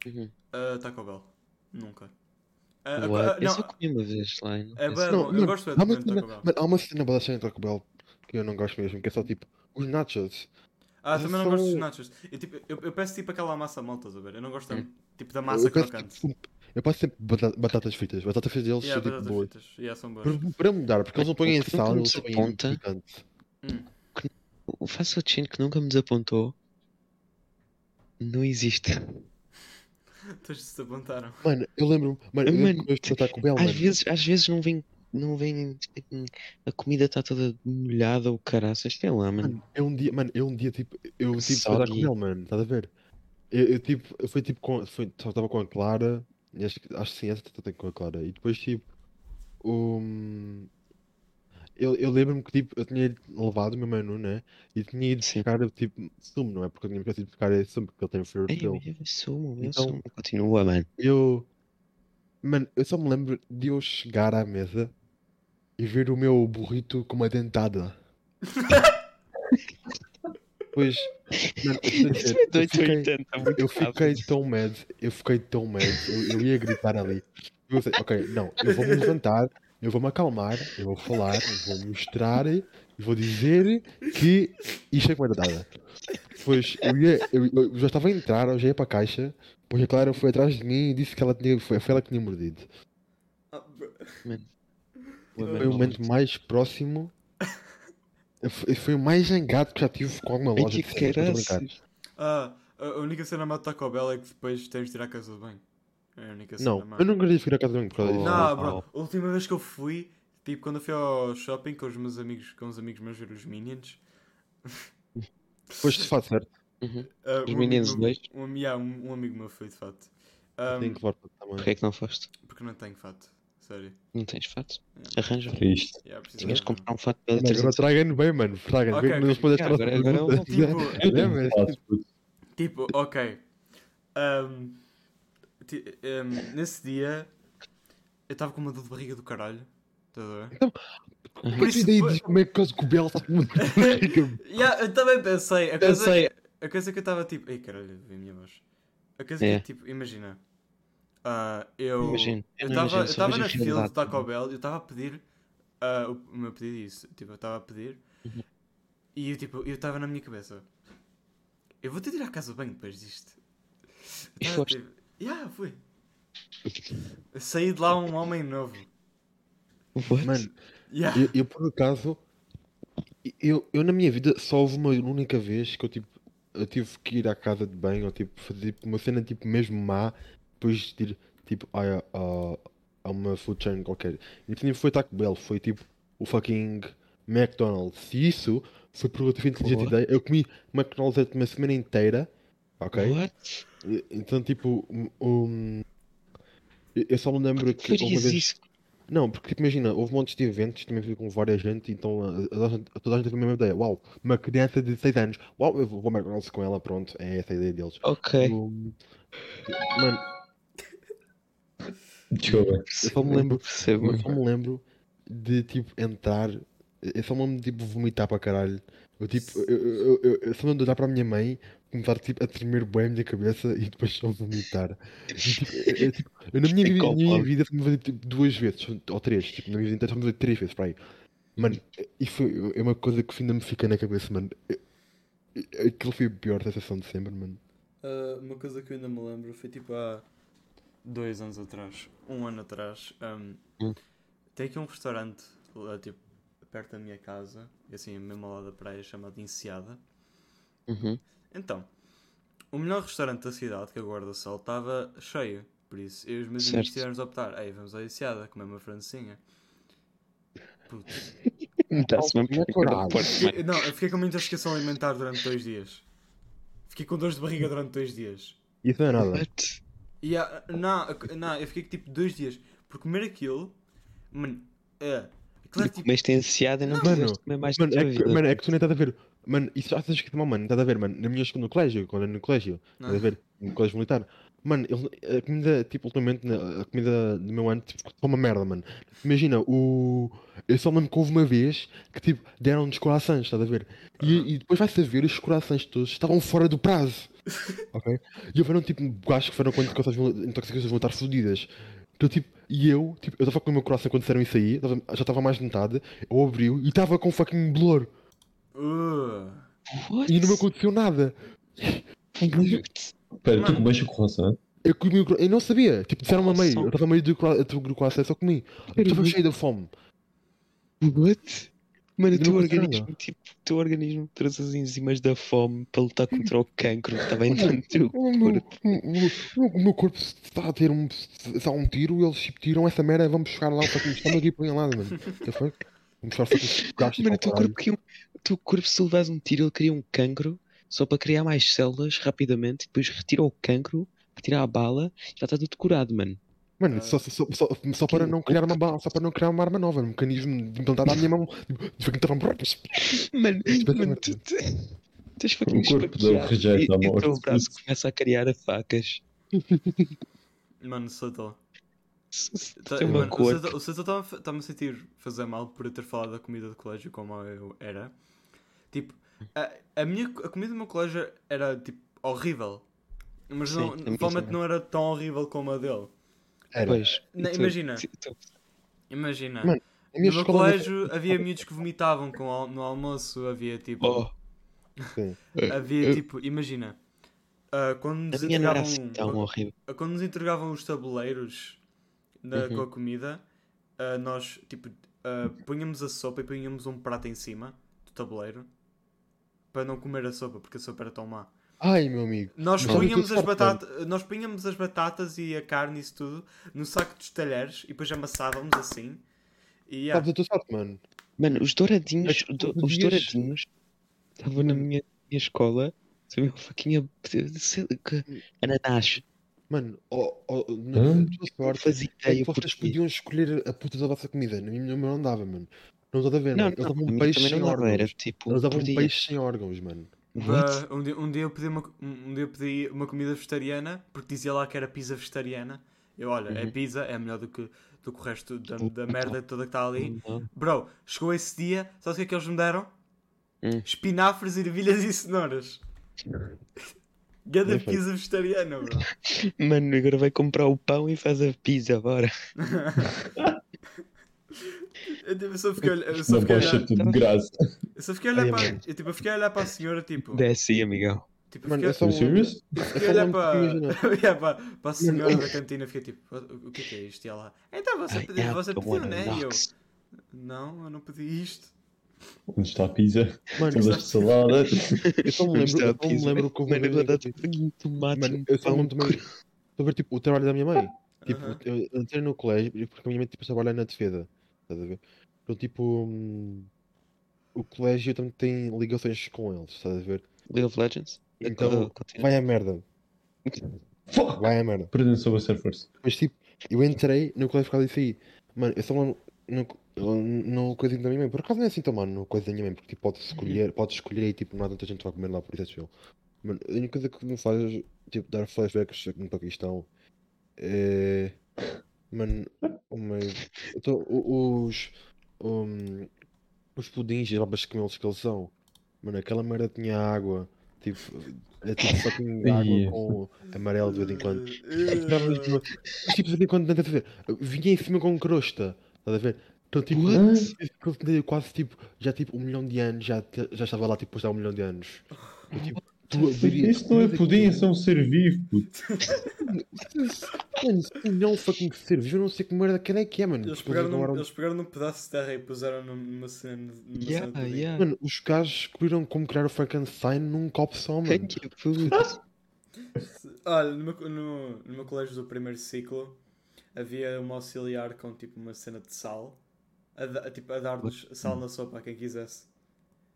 [SPEAKER 2] Uhum.
[SPEAKER 3] uh, Taco Bell. Nunca. Ah, a co- ah,
[SPEAKER 2] What? Eu
[SPEAKER 3] não,
[SPEAKER 2] É só comi uma vez lá. não
[SPEAKER 3] é
[SPEAKER 2] penso.
[SPEAKER 3] bué
[SPEAKER 1] Não,
[SPEAKER 3] bom, eu
[SPEAKER 1] mano,
[SPEAKER 3] gosto
[SPEAKER 1] Há
[SPEAKER 3] de
[SPEAKER 1] uma
[SPEAKER 3] comer
[SPEAKER 1] cena,
[SPEAKER 3] Taco Bell.
[SPEAKER 1] mano, há uma cena badassada em Taco Bell que eu não gosto mesmo, que é só tipo os nachos.
[SPEAKER 3] Ah,
[SPEAKER 1] eu
[SPEAKER 3] também não gosto dos
[SPEAKER 1] sou-
[SPEAKER 3] nachos. Eu, tipo, eu, eu peço tipo aquela massa malta, estás a ver? Eu não gosto da- tipo da
[SPEAKER 1] Eu-
[SPEAKER 3] massa
[SPEAKER 1] eu, peço,
[SPEAKER 3] crocante.
[SPEAKER 1] sempre- eu peço sempre bata- batatas fritas. Batatas fritas deles
[SPEAKER 3] Yeah,
[SPEAKER 1] são tipo
[SPEAKER 3] batatas
[SPEAKER 1] boas.
[SPEAKER 3] fritas. Yeah, são boas.
[SPEAKER 1] Para, para mudar, porque eles não põem
[SPEAKER 2] O
[SPEAKER 1] em
[SPEAKER 2] que nunca
[SPEAKER 1] sal,
[SPEAKER 2] me
[SPEAKER 1] eles põem em
[SPEAKER 2] desaponta-
[SPEAKER 1] picante.
[SPEAKER 2] O fast food chain que nunca me desapontou não existe.
[SPEAKER 3] Todos se apontaram.
[SPEAKER 1] Mano, eu lembro-me, mano, eu
[SPEAKER 2] Mano, é
[SPEAKER 1] lembro-me de Taco Bell,
[SPEAKER 2] Às
[SPEAKER 1] mano.
[SPEAKER 2] vezes, às vezes não vem, não vem, tipo, a comida está toda molhada ou caraças, sei lá, mano.
[SPEAKER 1] Mano, é um dia, mano, é um dia tipo, eu
[SPEAKER 2] Que
[SPEAKER 1] tive para Taco
[SPEAKER 2] soggy.
[SPEAKER 1] Bell, mano, estás a ver? Eu, eu tipo, eu fui tipo com, fui, só estava com a Clara, e acho, que- acho que sim, essa estava com a Clara, e depois tipo, um, eu, eu lembro-me que tipo, eu tinha ido- levado o meu menu, né? E tinha ido
[SPEAKER 2] Sim.
[SPEAKER 1] buscar tipo sumo, não é? Porque eu tinha esquecido de buscar esse sumo, porque ele tem o frio
[SPEAKER 2] Ei,
[SPEAKER 1] dele.
[SPEAKER 2] eu sumo, eu
[SPEAKER 1] Então-
[SPEAKER 2] sumo. Continua, mano.
[SPEAKER 1] Eu. Mano, eu só me lembro de eu chegar à mesa e ver o meu burrito com uma dentada. Pois. Mano, eu sei
[SPEAKER 2] Isso
[SPEAKER 1] dizer,
[SPEAKER 2] é
[SPEAKER 1] eu fiquei-
[SPEAKER 2] 280, muito
[SPEAKER 1] eu
[SPEAKER 2] rápido.
[SPEAKER 1] fiquei tão mad, eu fiquei tão mad, eu, eu ia gritar ali. Eu pensei, ok, não, eu vou me levantar, eu vou me acalmar, eu vou falar, eu vou mostrar, eu vou dizer que isto é comida dada. Pois eu, ia, eu, eu já estava a entrar, eu já ia para a caixa, pois a Clara foi atrás de mim e disse que ela tinha, foi, foi ela que tinha mordido.
[SPEAKER 3] Ah, bro.
[SPEAKER 1] Foi o momento mais próximo, foi, foi o mais zangado que já tive com alguma
[SPEAKER 2] Ai,
[SPEAKER 1] loja
[SPEAKER 2] que
[SPEAKER 1] de cenas, não estou a brincar.
[SPEAKER 2] caraças.
[SPEAKER 3] Ah, a a única cena má de Taco Bell é que depois tens de tirar a casa de banho. É a única cena
[SPEAKER 1] Não,
[SPEAKER 3] má.
[SPEAKER 1] eu não queria ficar a casa de banho por causa disso.
[SPEAKER 3] Não,
[SPEAKER 2] Oh,
[SPEAKER 3] bro, a última vez que eu fui, tipo, quando eu fui ao shopping com os meus amigos, com os amigos meus ver os Minions,
[SPEAKER 1] Depois de fato, certo?
[SPEAKER 2] Uhum.
[SPEAKER 3] ah,
[SPEAKER 2] Os
[SPEAKER 3] um
[SPEAKER 2] Minions
[SPEAKER 3] amigo meu-
[SPEAKER 2] dois?
[SPEAKER 3] Um, yeah, um, um amigo meu foi de fato. Ah,
[SPEAKER 1] Tenho que levar para tamanho.
[SPEAKER 2] Porquê é que não foste?
[SPEAKER 3] porque não tenho fato, sério.
[SPEAKER 2] Não tens fato? Arranja.
[SPEAKER 4] Triste.
[SPEAKER 3] Yeah, preciso
[SPEAKER 2] Tinhas
[SPEAKER 3] de
[SPEAKER 2] de comprar um fato pela
[SPEAKER 1] Mano, agora
[SPEAKER 2] 300.
[SPEAKER 1] Tragan bem, mano. Tragan
[SPEAKER 3] Ok,
[SPEAKER 1] bem, não respondeste
[SPEAKER 2] ok,
[SPEAKER 1] a nossa
[SPEAKER 2] agora- agora
[SPEAKER 1] pergunta.
[SPEAKER 2] eu
[SPEAKER 3] um- Tipo,
[SPEAKER 4] Eu
[SPEAKER 1] É,
[SPEAKER 4] tenho
[SPEAKER 1] mas-
[SPEAKER 4] fast food.
[SPEAKER 3] Tipo, ok. Ahm, ti- ahm, nesse dia eu estava com uma dor de barriga do caralho. Estás a ver?
[SPEAKER 1] Por isso daí diz como é que o Bel está com uma barriga.
[SPEAKER 3] Yeah, eu também pensei. A coisa,
[SPEAKER 2] Pensei-
[SPEAKER 3] a coisa que eu estava tipo. Ei caralho, vi a minha voz. A coisa
[SPEAKER 2] É.
[SPEAKER 3] que tipo, imagina. ah, eu
[SPEAKER 2] Imagino,
[SPEAKER 3] eu
[SPEAKER 2] não
[SPEAKER 3] estava
[SPEAKER 2] imagino, é
[SPEAKER 3] eu
[SPEAKER 2] só
[SPEAKER 3] estava
[SPEAKER 2] vejo a
[SPEAKER 3] na fila
[SPEAKER 2] realidade.
[SPEAKER 3] do Taco Bell, eu estava a pedir ah, o, o meu pedido e isso, tipo, eu estava a pedir
[SPEAKER 2] Uhum.
[SPEAKER 3] e eu tipo, eu estava na minha cabeça. Eu vou ter de ir à casa de banho depois disto.
[SPEAKER 2] E
[SPEAKER 3] Eu tava,
[SPEAKER 2] foste?
[SPEAKER 3] tipo, yeah, fui. Eu Saí de lá um homem novo.
[SPEAKER 2] What?
[SPEAKER 1] Mano,
[SPEAKER 3] Yeah.
[SPEAKER 1] eu, eu, por acaso, eu, eu na minha vida só houve uma única vez que eu tipo, eu tive que ir à casa de banho ou tipo, fazer tipo, uma cena tipo mesmo má, depois de ir tipo a, a, a uma food chain qualquer. E tipo, nem foi Taco Bell, foi tipo o fucking McDonald's. E isso foi por outra inteligente
[SPEAKER 2] What?
[SPEAKER 1] ideia. Eu comi McDonald's durante uma semana inteira. Ok?
[SPEAKER 2] What?
[SPEAKER 1] E- Então, tipo, um, um, eu- eu só me lembro que houve uma
[SPEAKER 2] Farias
[SPEAKER 1] vez.
[SPEAKER 2] isso?
[SPEAKER 1] Não, porque tipo, imagina, houve montes de eventos, também fui com várias gente, então a, a- a gente- toda a gente teve a mesma ideia. Uau, uma criança de 6 anos. Uau, eu vou ao McDonald's com ela, pronto, é essa a ideia deles.
[SPEAKER 2] Ok.
[SPEAKER 1] Um, mano,
[SPEAKER 4] Desculpa.
[SPEAKER 2] Eu só me lembro. Percebo.
[SPEAKER 1] eu só me lembro de tipo entrar, eu só me lembro de tipo vomitar para caralho. Eu tipo, eu, eu, eu, eu só me lembro de olhar para a minha mãe, começar tipo a tremer bem a minha cabeça e depois só vomitar. E, tipo, eu, eu, tipo, eu na minha vida, na minha
[SPEAKER 2] Psicólogo.
[SPEAKER 1] vida só me fazer tipo duas vezes, ou três, tipo, na minha vida inteira só me fazer três vezes para aí. Mano, isso é uma coisa que ainda me fica na cabeça, mano. Eu- eu- Aquilo foi a pior sensação de sempre, mano.
[SPEAKER 3] Ah, uma coisa que eu ainda me lembro foi tipo há dois anos atrás, um ano atrás. ahm,
[SPEAKER 2] Hum.
[SPEAKER 3] Tem aqui um restaurante lá, tipo, perto da minha casa, assim, mesmo ao lado da praia, chamado Enseada.
[SPEAKER 2] Uhum.
[SPEAKER 3] Então, o melhor restaurante da cidade, que é o Guarda-Sol, estava cheio. Por isso, eu e os meus amigos
[SPEAKER 2] Certo.
[SPEAKER 3] tivemos de optar. Ei, vamos à Enseada, comer uma francinha. Putz.
[SPEAKER 2] Dá-se mesmo
[SPEAKER 1] Não é
[SPEAKER 2] para ficar
[SPEAKER 1] coragem.
[SPEAKER 2] no porto, mano.
[SPEAKER 3] Eu- Não, eu fiquei com muita intoxicação alimentar durante dois dias. Fiquei com dores de barriga durante dois dias.
[SPEAKER 1] Isso não é nada.
[SPEAKER 2] What?
[SPEAKER 3] E a- não, a- não, eu fiquei tipo dois dias. Por comer aquilo, mano, é. Aquilo é
[SPEAKER 2] E
[SPEAKER 3] tipo.
[SPEAKER 2] comeste ansiada e não
[SPEAKER 1] Mano,
[SPEAKER 2] quiseste comer mais na
[SPEAKER 1] Mano,
[SPEAKER 2] tua
[SPEAKER 1] é que,
[SPEAKER 2] vida. tipo,
[SPEAKER 1] mano, é que tu nem estás a ver. Mano, isso já estás escrito mal, mano. Estás a ver, mano. Na minha escola, no colégio, quando era no colégio, estás a
[SPEAKER 3] Não, é?
[SPEAKER 1] ver, no colégio militar. Mano, eles- a comida, tipo, ultimamente, na- a comida do meu ano, tipo, foi uma merda, mano. Imagina, o. Eu só me lembro que houve uma vez que, tipo, deram-nos corações, estás a ver? E, e depois vai-se a ver, os corações todos estavam fora do prazo. ok? E houveram, tipo, gajos que foram com intoxicações vol- intoxicações voluntárias fodidas. Então, tipo, e eu, tipo, eu estava com o meu coração quando disseram isso aí, tava- já estava mais de metade, eu abri-o e estava com fucking blur.
[SPEAKER 3] Uh,
[SPEAKER 2] What?
[SPEAKER 1] E não me aconteceu nada.
[SPEAKER 4] Pera, tu comeste o croissant?
[SPEAKER 1] Eu É comi o cro- Eu não sabia. Tipo, disseram-me a meio.
[SPEAKER 2] Só-
[SPEAKER 1] Eu estava meio do cro- do croissant, só comi. Eu estava cheio de fome.
[SPEAKER 2] What? Mano, o
[SPEAKER 1] Não
[SPEAKER 2] teu
[SPEAKER 1] aconteceu
[SPEAKER 2] organismo, tipo, o teu organismo traz as enzimas da fome para lutar contra o cancro que está bem no teu
[SPEAKER 1] O meu, o- o- o meu corpo se está a ter um, se está um tiro, eles tipo, tiram essa merda, vamos buscar lá o fucking estômago e põem lá, mano. What the fuck? Vamos buscar o fucking gasto
[SPEAKER 2] Mano,
[SPEAKER 1] para
[SPEAKER 2] o teu
[SPEAKER 1] o
[SPEAKER 2] corpo,
[SPEAKER 1] caralho.
[SPEAKER 2] cria um- o teu corpo, se levares um tiro, ele cria um cancro só para criar mais células rapidamente. Depois retira o cancro, retira a bala, já está tudo curado, mano.
[SPEAKER 1] Mano, só, só, só, só para não criar uma bala, só para não criar uma arma nova, um mecanismo de implantar na minha mão. Tipo, de fucking trampo.
[SPEAKER 2] Mano,
[SPEAKER 1] Espetacular.
[SPEAKER 2] mano tu, tu, tu és fucking
[SPEAKER 4] É tipo assim, O corpo dele
[SPEAKER 2] esfaqueado
[SPEAKER 4] rejeita
[SPEAKER 2] e-
[SPEAKER 4] a
[SPEAKER 2] E o teu
[SPEAKER 4] morte.
[SPEAKER 2] braço começa a criar a facas.
[SPEAKER 3] mano, Soto. Tá-
[SPEAKER 2] Tem é uma
[SPEAKER 3] mano, o
[SPEAKER 2] cor.
[SPEAKER 3] Soto- O Soto está-me a sentir fazer mal por eu ter falado da comida do colégio como eu era. Tipo, a, a, minha, a comida do meu colégio era tipo horrível. Mas
[SPEAKER 2] Sim,
[SPEAKER 3] não,
[SPEAKER 2] a minha
[SPEAKER 3] provavelmente
[SPEAKER 2] também.
[SPEAKER 3] não era tão horrível como a dele.
[SPEAKER 1] Era.
[SPEAKER 2] Pois.
[SPEAKER 3] Não,
[SPEAKER 2] E tu-
[SPEAKER 3] imagina.
[SPEAKER 2] tu- tu-
[SPEAKER 3] Imagina.
[SPEAKER 1] Mano, A minha
[SPEAKER 3] no meu
[SPEAKER 1] escola não-
[SPEAKER 3] colégio havia miúdos que vomitavam com al- no almoço, havia tipo.
[SPEAKER 2] Oh.
[SPEAKER 1] Sim.
[SPEAKER 3] Havia
[SPEAKER 2] Eu-
[SPEAKER 3] tipo, imagina, ah, quando,
[SPEAKER 2] A
[SPEAKER 3] nos
[SPEAKER 2] minha não era
[SPEAKER 3] entregavam,
[SPEAKER 2] assim tão horrível.
[SPEAKER 3] ah, quando nos entregavam os tabuleiros da-
[SPEAKER 2] Uhum.
[SPEAKER 3] com a comida, ah, nós tipo ah, punhamos a sopa e punhamos um prato em cima do tabuleiro para não comer a sopa, porque a sopa era tão má.
[SPEAKER 1] Ai, meu amigo.
[SPEAKER 3] Nós
[SPEAKER 2] é
[SPEAKER 1] Não.
[SPEAKER 3] punhamos,
[SPEAKER 1] Tudo
[SPEAKER 3] as
[SPEAKER 1] certo, mano.
[SPEAKER 3] batata, nós punhamos as batatas e a carne e isso tudo no saco dos talheres e depois amassávamos assim. E, ah,
[SPEAKER 1] Sabes a tua sorte, mano.
[SPEAKER 2] Mano, os douradinhos,
[SPEAKER 1] Mas
[SPEAKER 2] do-
[SPEAKER 1] tu
[SPEAKER 2] os
[SPEAKER 1] podias-
[SPEAKER 2] douradinhos estavam na minha, minha escola, sabiam fucking a- sei lá,
[SPEAKER 4] Hum.
[SPEAKER 2] que- ananás.
[SPEAKER 1] Mano, oh, oh, na
[SPEAKER 4] Hã?
[SPEAKER 1] na tua sorte.
[SPEAKER 2] Fazia
[SPEAKER 1] É que
[SPEAKER 2] ideia por
[SPEAKER 1] vocês
[SPEAKER 2] quê.
[SPEAKER 1] podiam escolher a puta da vossa comida. Na minha na minha não dava, mano. Não estás a ver,
[SPEAKER 2] Não,
[SPEAKER 1] mano.
[SPEAKER 2] não,
[SPEAKER 1] Eles davam
[SPEAKER 2] a
[SPEAKER 1] um
[SPEAKER 2] mim
[SPEAKER 1] peixe
[SPEAKER 2] também
[SPEAKER 1] sem
[SPEAKER 2] não dava, era
[SPEAKER 1] órgãos.
[SPEAKER 2] tipo
[SPEAKER 1] Eles davam
[SPEAKER 2] por
[SPEAKER 1] um
[SPEAKER 2] dia.
[SPEAKER 1] peixe sem órgãos, mano.
[SPEAKER 2] What?
[SPEAKER 3] Uh, um, dia, um dia eu pedi uma, co- um um dia eu pedi uma comida vegetariana porque dizia lá que era pizza vegetariana. Eu, olha, é
[SPEAKER 2] Uhum.
[SPEAKER 3] pizza, é melhor do que, do que o resto da,
[SPEAKER 2] Uhum.
[SPEAKER 3] da merda toda que está ali.
[SPEAKER 2] Não.
[SPEAKER 3] Bro, chegou esse dia, sabes o que é que eles me deram?
[SPEAKER 2] Hum.
[SPEAKER 3] Espinafres, ervilhas e cenouras. Gada
[SPEAKER 1] Bem feito.
[SPEAKER 3] pizza vegetariana, bro.
[SPEAKER 2] Mano, agora vai comprar o pão e faz a pizza, bora.
[SPEAKER 3] Eu, tipo, eu só fiquei a olhar- eu só
[SPEAKER 4] Não
[SPEAKER 3] fiquei a
[SPEAKER 4] podes ser
[SPEAKER 3] olhar-
[SPEAKER 4] tudo de graça.
[SPEAKER 3] eu só fiquei a olhar
[SPEAKER 2] Olha,
[SPEAKER 3] para
[SPEAKER 2] mano.
[SPEAKER 3] eu, tipo, eu fiquei a olhar para a senhora, tipo.
[SPEAKER 2] Desce aí, amigão.
[SPEAKER 3] tipo eu
[SPEAKER 1] Mano,
[SPEAKER 3] fiquei,
[SPEAKER 1] eu só
[SPEAKER 4] Are you
[SPEAKER 1] me lembro-
[SPEAKER 4] serious?
[SPEAKER 1] eu só
[SPEAKER 3] Fiquei
[SPEAKER 1] me
[SPEAKER 3] a olhar
[SPEAKER 1] lembro
[SPEAKER 3] para,
[SPEAKER 1] que, imagina,
[SPEAKER 3] eu ia para, para a senhora
[SPEAKER 1] Mano,
[SPEAKER 3] da cantina e fiquei tipo, o, o que é que é isto? E ela, então você,
[SPEAKER 2] I
[SPEAKER 3] pediu-
[SPEAKER 1] é,
[SPEAKER 2] am
[SPEAKER 3] você
[SPEAKER 2] the
[SPEAKER 3] pediu,
[SPEAKER 2] one
[SPEAKER 3] né?
[SPEAKER 2] who
[SPEAKER 3] E eu,
[SPEAKER 2] knocks.
[SPEAKER 3] não, eu não pedi isto.
[SPEAKER 4] Onde está a pizza?
[SPEAKER 1] Mano,
[SPEAKER 4] Todas de salada?
[SPEAKER 1] eu só me
[SPEAKER 2] Vamos
[SPEAKER 1] lembro,
[SPEAKER 2] dar
[SPEAKER 1] eu só
[SPEAKER 2] a
[SPEAKER 1] me
[SPEAKER 2] pizza.
[SPEAKER 1] lembro que houve uma vez
[SPEAKER 2] Mano, eu vou
[SPEAKER 1] em que eu
[SPEAKER 2] dar-te
[SPEAKER 1] tive-
[SPEAKER 2] fucking tomate,
[SPEAKER 1] Mano,
[SPEAKER 2] um
[SPEAKER 1] eu só me
[SPEAKER 2] pão
[SPEAKER 1] lembro também. Estou a ver tipo, o trabalho da minha mãe. Tipo,
[SPEAKER 3] Aham.
[SPEAKER 1] eu eu entrei no colégio, porque a minha mãe tipo, trabalha na defesa. Estás a ver? Então, tipo. hum, o colégio também tem ligações com eles, estás a ver?
[SPEAKER 2] League of Legends?
[SPEAKER 1] Então,
[SPEAKER 2] Continua.
[SPEAKER 1] vai à merda,
[SPEAKER 4] Fuck!
[SPEAKER 1] vai à merda.
[SPEAKER 4] Perdi sobre a Surfers.
[SPEAKER 1] Mas tipo, eu entrei no colégio por causa disso aí. Mano, eu só não. não não coisinho da minha mãe, por acaso não é assim tão mano, não coisa da minha mãe, porque tipo, podes escolher, podes escolher e tipo, não há tanta gente que vai comer lá, por isso é chill. Mano, a única coisa que me faz, tipo, dar flashbacks aqui no Paquistão é. Mano, oh meu. Então, o- os. um, os pudins e babas que eles que eles são. Mano, aquela merda tinha água, tipo, é tipo só tinha água
[SPEAKER 4] Ia.
[SPEAKER 1] com amarelo de vez em
[SPEAKER 3] Eh,
[SPEAKER 1] quando. Mas, tipo, de vez em quando tentas ver. Vinha em cima com crosta. Estás a ver? Então, tipo,
[SPEAKER 4] What?
[SPEAKER 1] eu tenho quase tipo, já tipo um milhão de anos, já, te- já estava lá tipo depois de há um milhão de anos. Eu, tipo, tu abri-
[SPEAKER 4] Isso não é
[SPEAKER 1] mas
[SPEAKER 4] pudim,
[SPEAKER 1] aquilo-
[SPEAKER 4] isso é um ser vivo, puto.
[SPEAKER 1] Mano, isso não é um fucking ser vivo, eu não sei que merda que é que é, mano.
[SPEAKER 3] Eles
[SPEAKER 1] Depois
[SPEAKER 3] pegaram, num,
[SPEAKER 1] acabaram-
[SPEAKER 3] eles pegaram num pedaço de terra e puseram num- numa cena. Numa cena
[SPEAKER 2] Yeah,
[SPEAKER 3] de pudim.
[SPEAKER 2] yeah.
[SPEAKER 1] Mano, os gajos descobriram como criar o Frankenstein num copo só, mano.
[SPEAKER 2] Thank you, food.
[SPEAKER 3] Olha, no meu, co- no, no meu colégio do primeiro ciclo havia uma auxiliar com tipo uma cena de sal. A, da- a, tipo, a dar-nos sal
[SPEAKER 1] Hum.
[SPEAKER 3] na sopa a quem quisesse.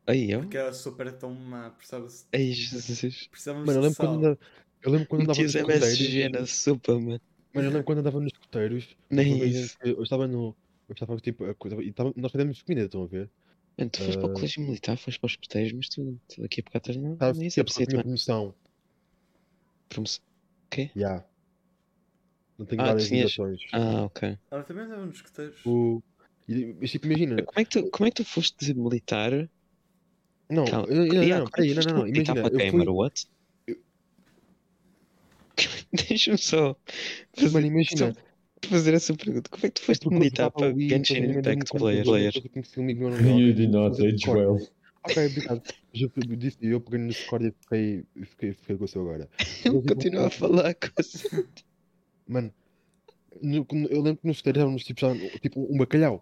[SPEAKER 2] Aí, eu?
[SPEAKER 3] Porque a sopa era tão má, precisava-se-
[SPEAKER 2] Ai, Jesus.
[SPEAKER 3] precisávamos
[SPEAKER 1] Mano, eu
[SPEAKER 3] de
[SPEAKER 1] lembro
[SPEAKER 3] sal.
[SPEAKER 1] quando andava, eu lembro quando andava
[SPEAKER 4] é
[SPEAKER 2] Metias
[SPEAKER 1] nos escuteiros.
[SPEAKER 2] MSG na sopa, mano.
[SPEAKER 1] Mano, eu lembro quando andava nos escuteiros.
[SPEAKER 2] Nem
[SPEAKER 1] uma vez
[SPEAKER 2] isso.
[SPEAKER 1] Eu eu estava no. Eu estava tipo. a coisa- e estava- nós fizemos comida, estão a ver?
[SPEAKER 2] Mano, tu foste para o
[SPEAKER 1] Ah.
[SPEAKER 2] colégio militar, foste para os escuteiros, mas tu, tu daqui a bocado estás na.
[SPEAKER 1] Sabes?
[SPEAKER 2] Ah, Nem
[SPEAKER 1] que
[SPEAKER 2] sei
[SPEAKER 1] é porque eu
[SPEAKER 2] preciso,
[SPEAKER 1] tinha
[SPEAKER 2] mano.
[SPEAKER 1] promoção.
[SPEAKER 2] Promoção.
[SPEAKER 1] Já. Não tenho
[SPEAKER 2] Ah,
[SPEAKER 1] várias
[SPEAKER 2] tinhas-
[SPEAKER 1] ligações.
[SPEAKER 2] Ah, ok.
[SPEAKER 3] Ora, também andava nos escuteiros.
[SPEAKER 1] O- e- Mas tipo, imagina.
[SPEAKER 2] Como é que tu, como é que tu foste de militar?
[SPEAKER 1] Não,
[SPEAKER 2] Calma.
[SPEAKER 1] eu- eu- não,
[SPEAKER 2] Yeah,
[SPEAKER 1] não,
[SPEAKER 2] como é que
[SPEAKER 1] peraí, não,
[SPEAKER 2] foste
[SPEAKER 1] não, não.
[SPEAKER 2] militar
[SPEAKER 1] Imagina,
[SPEAKER 2] para
[SPEAKER 1] eu
[SPEAKER 2] gamer,
[SPEAKER 1] fui.
[SPEAKER 2] what? Deixa-me só
[SPEAKER 1] Mano,
[SPEAKER 2] fazer,
[SPEAKER 1] imagina.
[SPEAKER 2] só fazer essa pergunta. Como é que tu foste de
[SPEAKER 1] porque eu
[SPEAKER 2] militar
[SPEAKER 1] jogava
[SPEAKER 2] para
[SPEAKER 1] Wii,
[SPEAKER 2] Genshin
[SPEAKER 1] depois eu
[SPEAKER 2] Impact
[SPEAKER 1] encontrei
[SPEAKER 2] Player?
[SPEAKER 1] uma pessoa que eu conheci um amigo meu no
[SPEAKER 4] You
[SPEAKER 1] York,
[SPEAKER 4] did not
[SPEAKER 1] fazer
[SPEAKER 4] age
[SPEAKER 1] Discord.
[SPEAKER 4] well.
[SPEAKER 1] Ok, obrigado. Já fui- eu disse, eu peguei no Discord e fiquei, fiquei, fiquei com o seu agora. Eu
[SPEAKER 2] Ele
[SPEAKER 1] digo,
[SPEAKER 2] continua a falar com assim.
[SPEAKER 1] Mano, no- eu lembro que nos estávamos tipo, já, tipo um bacalhau.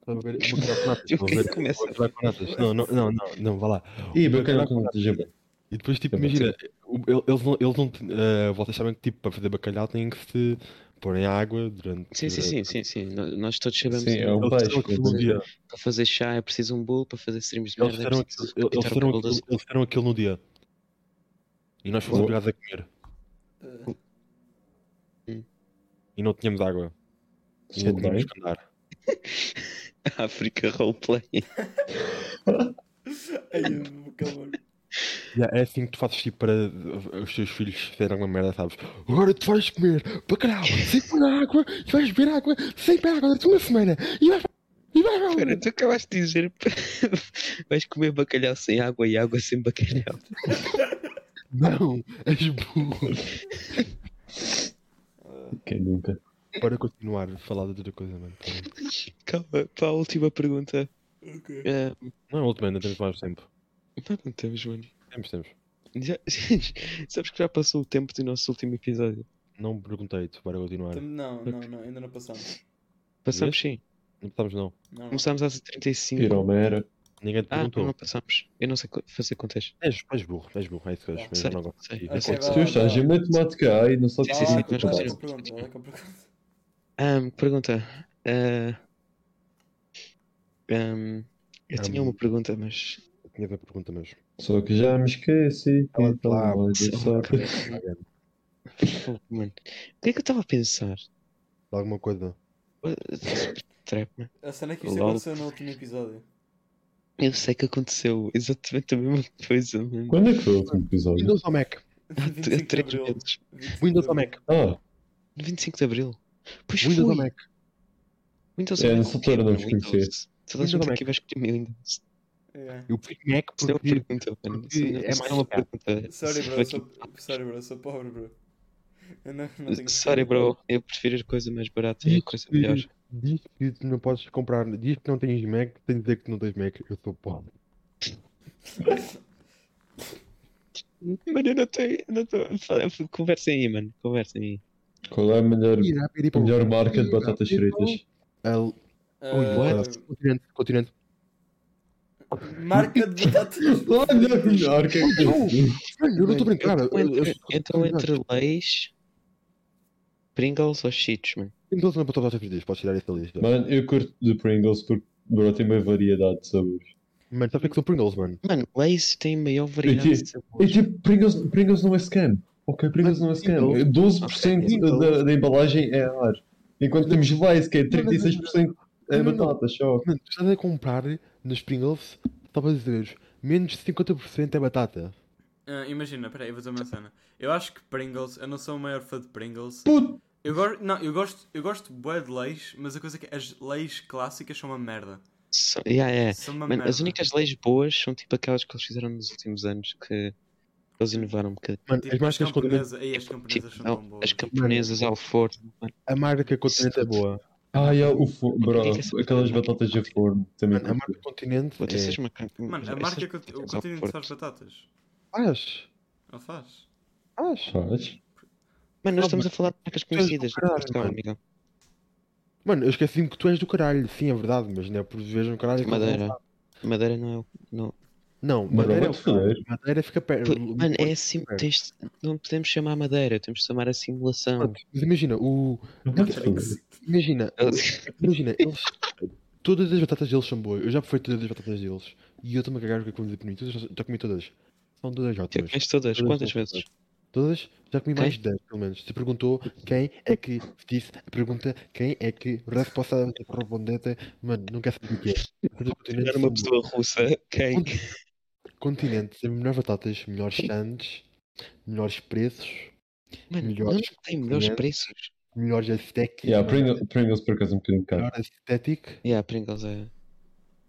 [SPEAKER 1] Estás a ver? Um bacalhau com natas. estás a ver?
[SPEAKER 2] Começa.
[SPEAKER 1] Um bacalhau com natas. Não, não, não, não, não, vá lá.
[SPEAKER 4] Ih,
[SPEAKER 1] é
[SPEAKER 4] bacana que não esteja bem.
[SPEAKER 1] E depois, tipo,
[SPEAKER 4] É bom,
[SPEAKER 1] imagina, o- el- eles não. Eles não eh, vocês sabem que, tipo, para fazer bacalhau têm que se pôr em água durante.
[SPEAKER 2] Sim, sim, sim, sim, sim. Nó- Nós todos sabemos.
[SPEAKER 4] Sim, é um
[SPEAKER 1] Eles fizeram
[SPEAKER 4] peixe. quer
[SPEAKER 1] aquilo no
[SPEAKER 4] dizer.
[SPEAKER 1] dia.
[SPEAKER 2] Para fazer chá é preciso um bolo, para fazer streams de
[SPEAKER 1] Eles
[SPEAKER 2] merda é
[SPEAKER 1] fizeram
[SPEAKER 2] preciso
[SPEAKER 1] aquilo- eles
[SPEAKER 2] cortar o
[SPEAKER 1] fizeram
[SPEAKER 2] cabelo
[SPEAKER 1] aquilo-
[SPEAKER 2] das-
[SPEAKER 1] eles fizeram aquilo no dia. E nós fomos
[SPEAKER 4] Oh.
[SPEAKER 1] obrigados a comer.
[SPEAKER 2] Hum.
[SPEAKER 1] E não tínhamos água. E ainda
[SPEAKER 4] Tudo
[SPEAKER 1] tínhamos
[SPEAKER 4] bem.
[SPEAKER 1] que andar.
[SPEAKER 2] África roleplay.
[SPEAKER 3] Ai, eu- calma.
[SPEAKER 1] Yeah, é assim que tu fazes tipo para eh, os teus filhos fizerem alguma merda, sabes? Agora tu vais comer bacalhau sem pôr água e vais beber água sem beber água durante uma semana e vais. E vais
[SPEAKER 2] Pera, Oh, tu acabaste de dizer vais comer bacalhau sem água e água sem bacalhau.
[SPEAKER 1] Não, és burro.
[SPEAKER 4] Quem nunca?
[SPEAKER 1] Para continuar a falar de outra coisa, mano.
[SPEAKER 2] Calma, para a última pergunta.
[SPEAKER 3] Ok.
[SPEAKER 2] Ah,
[SPEAKER 1] Não, outro, ainda temos mais tempo.
[SPEAKER 2] não, não temos, mano.
[SPEAKER 1] Temos, temos.
[SPEAKER 2] Já- Sabes que já passou o tempo do nosso último episódio.
[SPEAKER 1] Não perguntei-te para continuar.
[SPEAKER 3] Tam- Então, Não, não, não, ainda não passamos.
[SPEAKER 2] Passamos sim.
[SPEAKER 1] Não estamos, não.
[SPEAKER 3] Não, não.
[SPEAKER 2] Começámos às 35.
[SPEAKER 4] Piromera.
[SPEAKER 1] Ninguém te
[SPEAKER 2] Ah, não,
[SPEAKER 1] perguntou.
[SPEAKER 2] não passamos. Eu não sei co- fazer contas.
[SPEAKER 1] És, és burro, és burro, é isso que és.
[SPEAKER 3] Não,
[SPEAKER 1] mas eu
[SPEAKER 2] sei,
[SPEAKER 1] não gosto
[SPEAKER 2] sei.
[SPEAKER 1] de ti.
[SPEAKER 2] Ah,
[SPEAKER 1] Não
[SPEAKER 3] sei,
[SPEAKER 1] gosto
[SPEAKER 3] vá
[SPEAKER 1] de
[SPEAKER 4] Se
[SPEAKER 1] ti.
[SPEAKER 4] tu estás em matemática aí, não só
[SPEAKER 2] Sim,
[SPEAKER 3] Vá
[SPEAKER 2] sim,
[SPEAKER 3] lá,
[SPEAKER 2] sim,
[SPEAKER 3] vai
[SPEAKER 2] nós
[SPEAKER 3] lá
[SPEAKER 2] fizemos.
[SPEAKER 3] com a pergunta, vai lá com a pergunta.
[SPEAKER 2] Ahm, pergunta. Ah, ahm, eu tinha uma
[SPEAKER 1] Ahm.
[SPEAKER 2] pergunta, mas.
[SPEAKER 1] Tinha uma pergunta mesmo.
[SPEAKER 4] Só que já me esqueci.
[SPEAKER 1] Ela tá
[SPEAKER 4] Então,
[SPEAKER 1] lá,
[SPEAKER 4] olha só.
[SPEAKER 2] Fogo, mano. O que é que eu estava a pensar?
[SPEAKER 1] Dá alguma coisa.
[SPEAKER 2] Trap, mano.
[SPEAKER 3] A cena é que isto
[SPEAKER 2] Lol.
[SPEAKER 3] aconteceu no último episódio.
[SPEAKER 2] Eu sei que aconteceu exatamente a mesma coisa, mano.
[SPEAKER 4] Quando é que foi o último episódio?
[SPEAKER 1] Windows ou Mac?
[SPEAKER 2] Há
[SPEAKER 3] 25 de
[SPEAKER 2] 3
[SPEAKER 3] Abril.
[SPEAKER 2] meses.
[SPEAKER 3] 25
[SPEAKER 1] Windows
[SPEAKER 3] de
[SPEAKER 1] ou
[SPEAKER 3] Abril.
[SPEAKER 1] Mac?
[SPEAKER 4] Ah,
[SPEAKER 2] De 25 de Abril. Pois
[SPEAKER 1] Windows ou
[SPEAKER 2] foi.
[SPEAKER 1] Mac?
[SPEAKER 2] Windows
[SPEAKER 4] É,
[SPEAKER 2] Mac,
[SPEAKER 4] nessa
[SPEAKER 2] o quê,
[SPEAKER 4] altura não
[SPEAKER 2] mano?
[SPEAKER 4] os conhecia.
[SPEAKER 2] Windows. Toda a
[SPEAKER 1] Windows
[SPEAKER 2] gente
[SPEAKER 1] Mac.
[SPEAKER 2] aqui vai escolher Windows.
[SPEAKER 3] É.
[SPEAKER 1] Eu fui Mac
[SPEAKER 2] Isso é uma
[SPEAKER 1] porque.
[SPEAKER 2] pergunta, mano.
[SPEAKER 1] porque
[SPEAKER 2] Isso não-
[SPEAKER 1] é
[SPEAKER 2] isso
[SPEAKER 1] mais
[SPEAKER 2] não é uma
[SPEAKER 1] caro.
[SPEAKER 2] pergunta.
[SPEAKER 3] Sorry,
[SPEAKER 2] Isso
[SPEAKER 3] bro,
[SPEAKER 2] foi
[SPEAKER 3] sou... Sorry, bro, sou pobre, bro. Eu não, não tenho...
[SPEAKER 2] Sorry, bro. Eu prefiro a coisa mais barata e a
[SPEAKER 1] Diz
[SPEAKER 2] coisa
[SPEAKER 1] que-
[SPEAKER 2] melhor.
[SPEAKER 1] Diz que tu não podes comprar. Diz que não tens Mac, tem de dizer que tu não tens Mac. Eu sou pobre.
[SPEAKER 2] Mano, eu não tenho. eu Não tô... fala- Conversem aí, mano. Conversem aí.
[SPEAKER 4] qual é a melhor, a
[SPEAKER 1] Pirapiripau.
[SPEAKER 4] melhor marca de batatas fritas?
[SPEAKER 1] Al-
[SPEAKER 3] Ah,
[SPEAKER 1] Ui, what? Continente, continente.
[SPEAKER 3] marca de batatas.
[SPEAKER 4] Olha, a melhor que é
[SPEAKER 1] Eu não estou a
[SPEAKER 2] Mano,
[SPEAKER 1] brincar.
[SPEAKER 2] Então
[SPEAKER 1] eu- eu-
[SPEAKER 2] entre,
[SPEAKER 1] eu-
[SPEAKER 2] então entre leis, Pringles ou Cheats, mano.
[SPEAKER 1] Então, se não botar os fritas, podes tirar essa lista.
[SPEAKER 4] Mano, eu curto de Pringles porque bro, tem uma variedade de sabores.
[SPEAKER 1] Mano, sabe o que é que são Pringles, mano?
[SPEAKER 2] Mano, Lays tem maior variedade de
[SPEAKER 4] E
[SPEAKER 2] sabores.
[SPEAKER 4] tipo, Pringles, Pringles não é scam. Ok, Pringles não é scam.
[SPEAKER 1] Pringles.
[SPEAKER 4] 12%
[SPEAKER 2] Ok,
[SPEAKER 4] da, da embalagem é ar. Enquanto temos Lays, que é 36% é
[SPEAKER 1] Não, não, não.
[SPEAKER 4] batata, só.
[SPEAKER 1] Mano, tu estás a comprar nos Pringles, só para dizer, menos de 50% é batata.
[SPEAKER 3] Ah, imagina, peraí, eu vou dizer uma cena. Eu acho que Pringles, eu não sou o maior fã de Pringles.
[SPEAKER 4] Puto!
[SPEAKER 3] Eu gosto, não, eu gosto, eu gosto bué de leis, mas a coisa é que as leis clássicas são uma merda.
[SPEAKER 2] So- yeah, yeah.
[SPEAKER 3] São uma
[SPEAKER 2] É, Mano,
[SPEAKER 3] merda.
[SPEAKER 2] as únicas leis boas são tipo aquelas que eles fizeram nos últimos anos que eles inovaram um bocadinho.
[SPEAKER 1] Mano,
[SPEAKER 3] Tipo,
[SPEAKER 1] as marcas
[SPEAKER 3] as
[SPEAKER 1] continental,
[SPEAKER 3] camponesas, ei, as camponesas são
[SPEAKER 2] é tipo, Não,
[SPEAKER 3] tão boas.
[SPEAKER 2] as camponesas ao forno. mano.
[SPEAKER 1] a marca continente é boa.
[SPEAKER 4] Ah, yeah, o fo... bro,
[SPEAKER 2] que é que essa-
[SPEAKER 4] aquelas batatas de forno também.
[SPEAKER 1] Mano, a marca continente
[SPEAKER 2] Puta, essas
[SPEAKER 1] é...
[SPEAKER 2] maca-
[SPEAKER 3] Mano, a
[SPEAKER 2] essas
[SPEAKER 3] marca que
[SPEAKER 2] batatas
[SPEAKER 3] o
[SPEAKER 2] ao
[SPEAKER 3] continente
[SPEAKER 2] forno.
[SPEAKER 3] faz batatas.
[SPEAKER 1] Acho,
[SPEAKER 3] Não faz.
[SPEAKER 1] acho.
[SPEAKER 4] Faz?
[SPEAKER 2] Mano, nós
[SPEAKER 1] Oh,
[SPEAKER 2] estamos a falar de
[SPEAKER 1] és
[SPEAKER 2] marcas
[SPEAKER 1] do
[SPEAKER 2] conhecidas.
[SPEAKER 1] caralho,
[SPEAKER 2] Mas calma,
[SPEAKER 1] mano.
[SPEAKER 2] Miguel.
[SPEAKER 1] Mano, eu esqueci-me que tu és do caralho. Sim, é verdade, mas não é por vez no caralho. que eu
[SPEAKER 2] Madeira.
[SPEAKER 1] vou-
[SPEAKER 2] Madeira não é o. Não.
[SPEAKER 1] Não,
[SPEAKER 4] Bro,
[SPEAKER 1] Madeira,
[SPEAKER 4] vai-te foder.
[SPEAKER 1] Madeira fica perto.
[SPEAKER 2] Pu- Mano, é assim. tens- Não podemos chamar Madeira, temos de chamar a simulação.
[SPEAKER 1] Mas imagina, o...
[SPEAKER 4] Não vai-te foder.
[SPEAKER 1] Imagina, imagina, eles... Todas as batatas deles são boas. Eu já provei todas as batatas deles. E eu estou-me a cagar o que é que vão dizer por mim. Todas, já comi todas. São todas
[SPEAKER 2] Já
[SPEAKER 1] ótimas.
[SPEAKER 2] comeste todas?
[SPEAKER 1] Todas
[SPEAKER 2] Quantas
[SPEAKER 1] são
[SPEAKER 2] vezes?
[SPEAKER 1] Todas? Já comi mais
[SPEAKER 2] Ok.
[SPEAKER 1] de 10, pelo menos. Se perguntou quem é que disse a pergunta, quem é que resposta respondente, mano, não quer saber o que é. Todas as continentes
[SPEAKER 2] Era
[SPEAKER 1] são
[SPEAKER 2] uma
[SPEAKER 1] boas.
[SPEAKER 2] pessoa russa. Quem?
[SPEAKER 1] Continente tem melhores batatas, melhores stands, melhores preços,
[SPEAKER 2] Mano,
[SPEAKER 1] Melhores
[SPEAKER 2] não tem melhores
[SPEAKER 1] clientes.
[SPEAKER 2] preços.
[SPEAKER 1] melhores aesthetics,
[SPEAKER 4] Yeah, Pringles, Pringles por acaso é um bocadinho caro.
[SPEAKER 1] melhor aesthetic,
[SPEAKER 2] Yeah, Pringles é.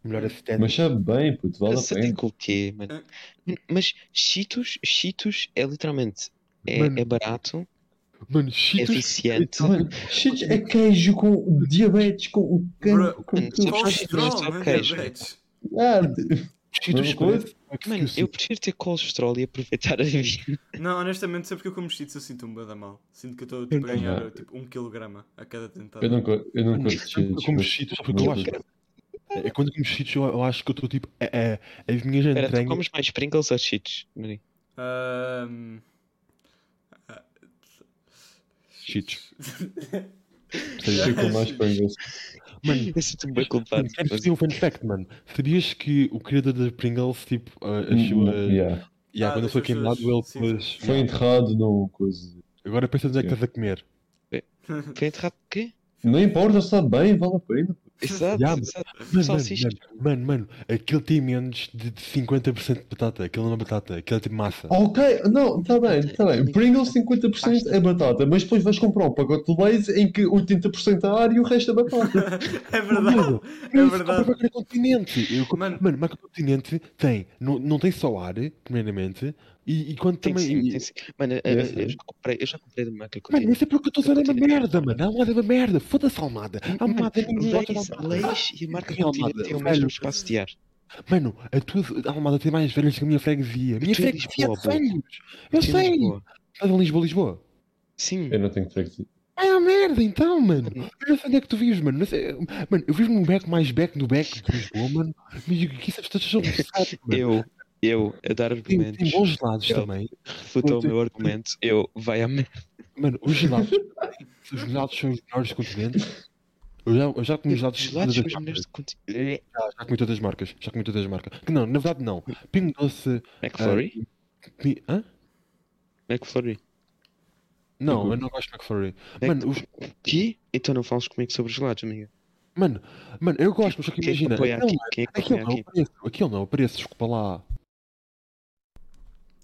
[SPEAKER 1] melhor
[SPEAKER 4] Mas
[SPEAKER 1] aesthetic.
[SPEAKER 4] sabe bem, puto, vale a pena.
[SPEAKER 2] Aesthetic tipo o quê,
[SPEAKER 3] Ah.
[SPEAKER 2] mano? Mas Cheetos, Cheetos é literalmente. É,
[SPEAKER 1] Mano.
[SPEAKER 2] é barato,
[SPEAKER 1] Mano,
[SPEAKER 2] é
[SPEAKER 1] Cheetos,
[SPEAKER 2] eficiente.
[SPEAKER 4] Mano, shit, é queijo com diabetes, com
[SPEAKER 3] Bro,
[SPEAKER 4] cancro, com
[SPEAKER 2] mano,
[SPEAKER 4] tudo.
[SPEAKER 2] só
[SPEAKER 3] Qual
[SPEAKER 2] os
[SPEAKER 3] estrol,
[SPEAKER 2] Cheetos,
[SPEAKER 3] mano,
[SPEAKER 2] ok, já.
[SPEAKER 3] diabetes.
[SPEAKER 4] Ah,
[SPEAKER 1] Cheetos
[SPEAKER 4] Mesma coisa.
[SPEAKER 1] parece-
[SPEAKER 2] Mano,
[SPEAKER 1] Excuse
[SPEAKER 2] eu
[SPEAKER 1] me.
[SPEAKER 2] prefiro ter colesterol e aproveitar a vida.
[SPEAKER 3] Não, honestamente, sempre que eu como cheats eu sinto um bada mal. Sinto que eu estou tipo, a ganhar tipo, um quilograma a cada tentada.
[SPEAKER 4] eu não co- eu não gosto de
[SPEAKER 1] Sempre que eu como
[SPEAKER 4] cheetos.
[SPEAKER 1] Cheetos, sabe o que eu acho? É quando eu como Cheetos, eu, eu acho que eu estou tipo, é, é, as minhas
[SPEAKER 2] Espera, tu
[SPEAKER 1] entranhas...
[SPEAKER 2] comes mais Pringles ou Cheetos? Nani?
[SPEAKER 3] Ahm,
[SPEAKER 1] Cheetos.
[SPEAKER 4] Seja, eu como é mais Pringles.
[SPEAKER 1] Mano,
[SPEAKER 2] Eu sinto-me bem
[SPEAKER 1] Mano,
[SPEAKER 2] culpado.
[SPEAKER 1] quero
[SPEAKER 2] mas-
[SPEAKER 1] dizer um fun fact, mano. Sabias que o criador das Pringles, tipo, ah, as suas.
[SPEAKER 4] Hum, Yeah.
[SPEAKER 1] Yeah,
[SPEAKER 3] Ah,
[SPEAKER 1] quando ele
[SPEAKER 3] das
[SPEAKER 1] foi
[SPEAKER 3] suas
[SPEAKER 1] queimado, ele
[SPEAKER 3] cinzas.
[SPEAKER 1] pôs.
[SPEAKER 4] Foi enterrado num coisa.
[SPEAKER 1] Agora pensa onde é que estás a comer.
[SPEAKER 2] Foi enterrado de quê?
[SPEAKER 4] Não importa, está bem, vale a pena.
[SPEAKER 2] Exato,
[SPEAKER 1] Yeah,
[SPEAKER 2] exato.
[SPEAKER 1] Mano,
[SPEAKER 2] Salsicha.
[SPEAKER 1] mano, mano, mano, aquele tem menos de de 50% de batata. Aquele não é batata, aquele é tipo massa.
[SPEAKER 4] Ok, não, está bem, está bem. Pringles 50% é batata, mas depois vais comprar um pacote de Lays em que 80% é ar e o resto é batata.
[SPEAKER 3] é verdade, é
[SPEAKER 1] Mas
[SPEAKER 3] verdade.
[SPEAKER 1] marca continente. Eu,
[SPEAKER 3] Mano.
[SPEAKER 1] mano, marca continente tem, não, não tem só ar, primeiramente, e, e quando
[SPEAKER 2] Tem
[SPEAKER 1] também.
[SPEAKER 2] sim,
[SPEAKER 1] e-
[SPEAKER 2] tem sim. Mano, eu,
[SPEAKER 4] Yes,
[SPEAKER 2] eu
[SPEAKER 4] yes.
[SPEAKER 2] já comprei, eu já comprei de marca que eu
[SPEAKER 1] Mano,
[SPEAKER 2] tenho.
[SPEAKER 1] isso é porque eu estou usando uma
[SPEAKER 2] Continente.
[SPEAKER 1] merda, mano. A Almada é uma merda. Foda-se a Almada. A Almada ninguém gosta
[SPEAKER 2] Leis,
[SPEAKER 1] da um Almada.
[SPEAKER 2] leis e a marca
[SPEAKER 1] Real
[SPEAKER 2] Continente
[SPEAKER 1] Madrid,
[SPEAKER 2] têm o
[SPEAKER 1] velho.
[SPEAKER 2] mesmo espaço de ar.
[SPEAKER 1] Mano, a tua a Almada tem mais velhos que a minha freguesia. A minha
[SPEAKER 2] Tu em
[SPEAKER 1] freguesia
[SPEAKER 2] Lisboa,
[SPEAKER 1] de
[SPEAKER 2] pô.
[SPEAKER 1] velhos. Eu
[SPEAKER 2] Tem
[SPEAKER 1] sei. É,
[SPEAKER 2] Lisboa.
[SPEAKER 1] Estás em Lisboa, Lisboa?
[SPEAKER 2] Sim,
[SPEAKER 4] Eu não tenho traquezinho.
[SPEAKER 1] Ai, a merda, então, mano.
[SPEAKER 2] Uhum.
[SPEAKER 1] Eu não sei onde é que tu vives, mano. Não sei- Mano, eu vivo num beco mais beco do beco de Lisboa, mano. Me digo que essas pessoas são viciadas, mano.
[SPEAKER 2] eu, eu, a dar
[SPEAKER 1] Tem, tem
[SPEAKER 2] argumentos,
[SPEAKER 1] bons gelados
[SPEAKER 2] Eu-
[SPEAKER 1] também.
[SPEAKER 2] refutou o meu argumento, eu, vai à merda.
[SPEAKER 1] Mano, os gelados. se os gelados são os melhores do continente. Eu já, eu já comi gelados de
[SPEAKER 2] Gelados
[SPEAKER 1] todas
[SPEAKER 2] são
[SPEAKER 1] as marcas.
[SPEAKER 2] os melhores do continente.
[SPEAKER 1] Já, já comi todas as marcas. Já comi todas as marcas. Que não, na verdade, não.
[SPEAKER 2] Hum.
[SPEAKER 1] Pingo doce.
[SPEAKER 2] McFlurry?
[SPEAKER 1] pi- Hã? É.
[SPEAKER 2] McFlurry.
[SPEAKER 1] Não, eu não gosto de McFlurry.
[SPEAKER 2] É
[SPEAKER 1] Mano, os-
[SPEAKER 2] Que? Então não falas comigo sobre gelados, amiga.
[SPEAKER 1] mano, mano, eu gosto, mas só que
[SPEAKER 2] Quem é que
[SPEAKER 1] imagina.
[SPEAKER 2] apoia
[SPEAKER 1] aquele-
[SPEAKER 2] aqui? Quem é que
[SPEAKER 1] Aquilo
[SPEAKER 2] apoia
[SPEAKER 1] não é
[SPEAKER 2] aqui?
[SPEAKER 1] o preço, aquilo não é o preço, desculpa lá.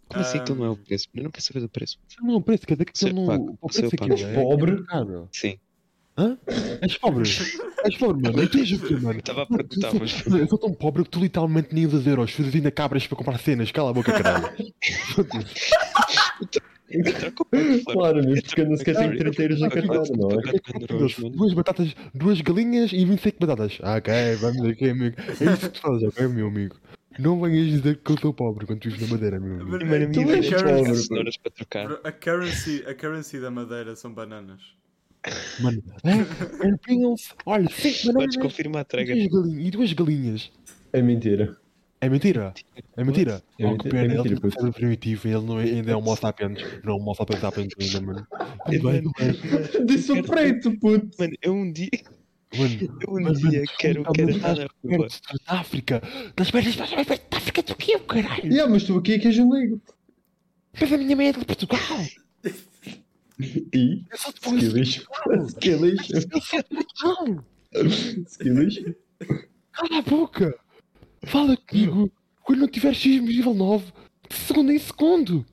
[SPEAKER 2] Como assim que ele não é o
[SPEAKER 3] Ah,
[SPEAKER 2] preço? Eu não quero saber do preço.
[SPEAKER 1] Aquilo não é o preço, quer dizer que
[SPEAKER 2] Seu
[SPEAKER 1] aquilo não.
[SPEAKER 2] Paco,
[SPEAKER 1] O
[SPEAKER 2] seu
[SPEAKER 1] preço
[SPEAKER 2] Paco.
[SPEAKER 1] aquilo é.
[SPEAKER 4] Pobre.
[SPEAKER 1] é caro.
[SPEAKER 2] Sim.
[SPEAKER 1] Hã? És pobre. És pobre, mano. E tu és o quê, mano?
[SPEAKER 2] Estava a
[SPEAKER 1] Mano,
[SPEAKER 2] perguntar,
[SPEAKER 1] eu,
[SPEAKER 2] mas-
[SPEAKER 1] sou, eu sou tão pobre que tu literalmente nem usas euros. Fazes ainda cabras para comprar cenas. Cala a boca, caralho.
[SPEAKER 2] Então, como é que foi?
[SPEAKER 4] Claro, meu, porque eu não sequer tenho 30 euros na carteira, não é?
[SPEAKER 1] duas batatas, duas galinhas e 25 batatas. Ah, ok, vamos aqui, amigo. É isso que tu fazes, ok, meu amigo. Não venhas dizer que eu sou pobre quando vives na madeira, meu amigo.
[SPEAKER 3] Mano,
[SPEAKER 2] Mano, a minha
[SPEAKER 4] Tu
[SPEAKER 2] vida
[SPEAKER 4] és
[SPEAKER 2] é
[SPEAKER 4] pobre,
[SPEAKER 2] de
[SPEAKER 4] bro.
[SPEAKER 2] cenouras para trocar.
[SPEAKER 3] bro, A currency, a currency da Madeira são bananas.
[SPEAKER 1] Mano, é, é Pringles. Olha, 5
[SPEAKER 2] Podes
[SPEAKER 1] bananas
[SPEAKER 2] confirmar a
[SPEAKER 1] duas
[SPEAKER 2] entrega.
[SPEAKER 1] galinhas- e duas galinhas.
[SPEAKER 4] É mentira.
[SPEAKER 1] É mentira? É mentira?
[SPEAKER 4] É
[SPEAKER 1] Ó, que
[SPEAKER 4] mentira-
[SPEAKER 1] pena,
[SPEAKER 4] é
[SPEAKER 1] ele
[SPEAKER 4] mentira,
[SPEAKER 1] tem
[SPEAKER 4] puto.
[SPEAKER 1] cérebro primitivo, ele não, ainda é um homo sapiens. Não, homo é sapiens sapiens ainda, mano. Tudo bem, tudo bem.
[SPEAKER 4] Disse o preto, puto.
[SPEAKER 2] Mano, eu um dia.
[SPEAKER 1] Mano,
[SPEAKER 2] Eu um
[SPEAKER 1] Mas,
[SPEAKER 2] dia
[SPEAKER 1] mano,
[SPEAKER 2] quero,
[SPEAKER 1] tá
[SPEAKER 2] quero
[SPEAKER 1] muito
[SPEAKER 2] estar na rua.
[SPEAKER 1] perto da África. Das merdas mais mais perto da África do que eu, caralho.
[SPEAKER 4] Yeah, mas tu aqui é que és um negro.
[SPEAKER 1] Mas a minha mãe é de Portugal.
[SPEAKER 4] E?
[SPEAKER 1] Eu sou de
[SPEAKER 4] Que
[SPEAKER 1] Portugal.
[SPEAKER 4] lixo. Que lixo.
[SPEAKER 1] Eu sou de Portugal.
[SPEAKER 4] Que lixo.
[SPEAKER 1] Cala a boca. Fala comigo quando não tiver X nível 9 de segundo em segundo.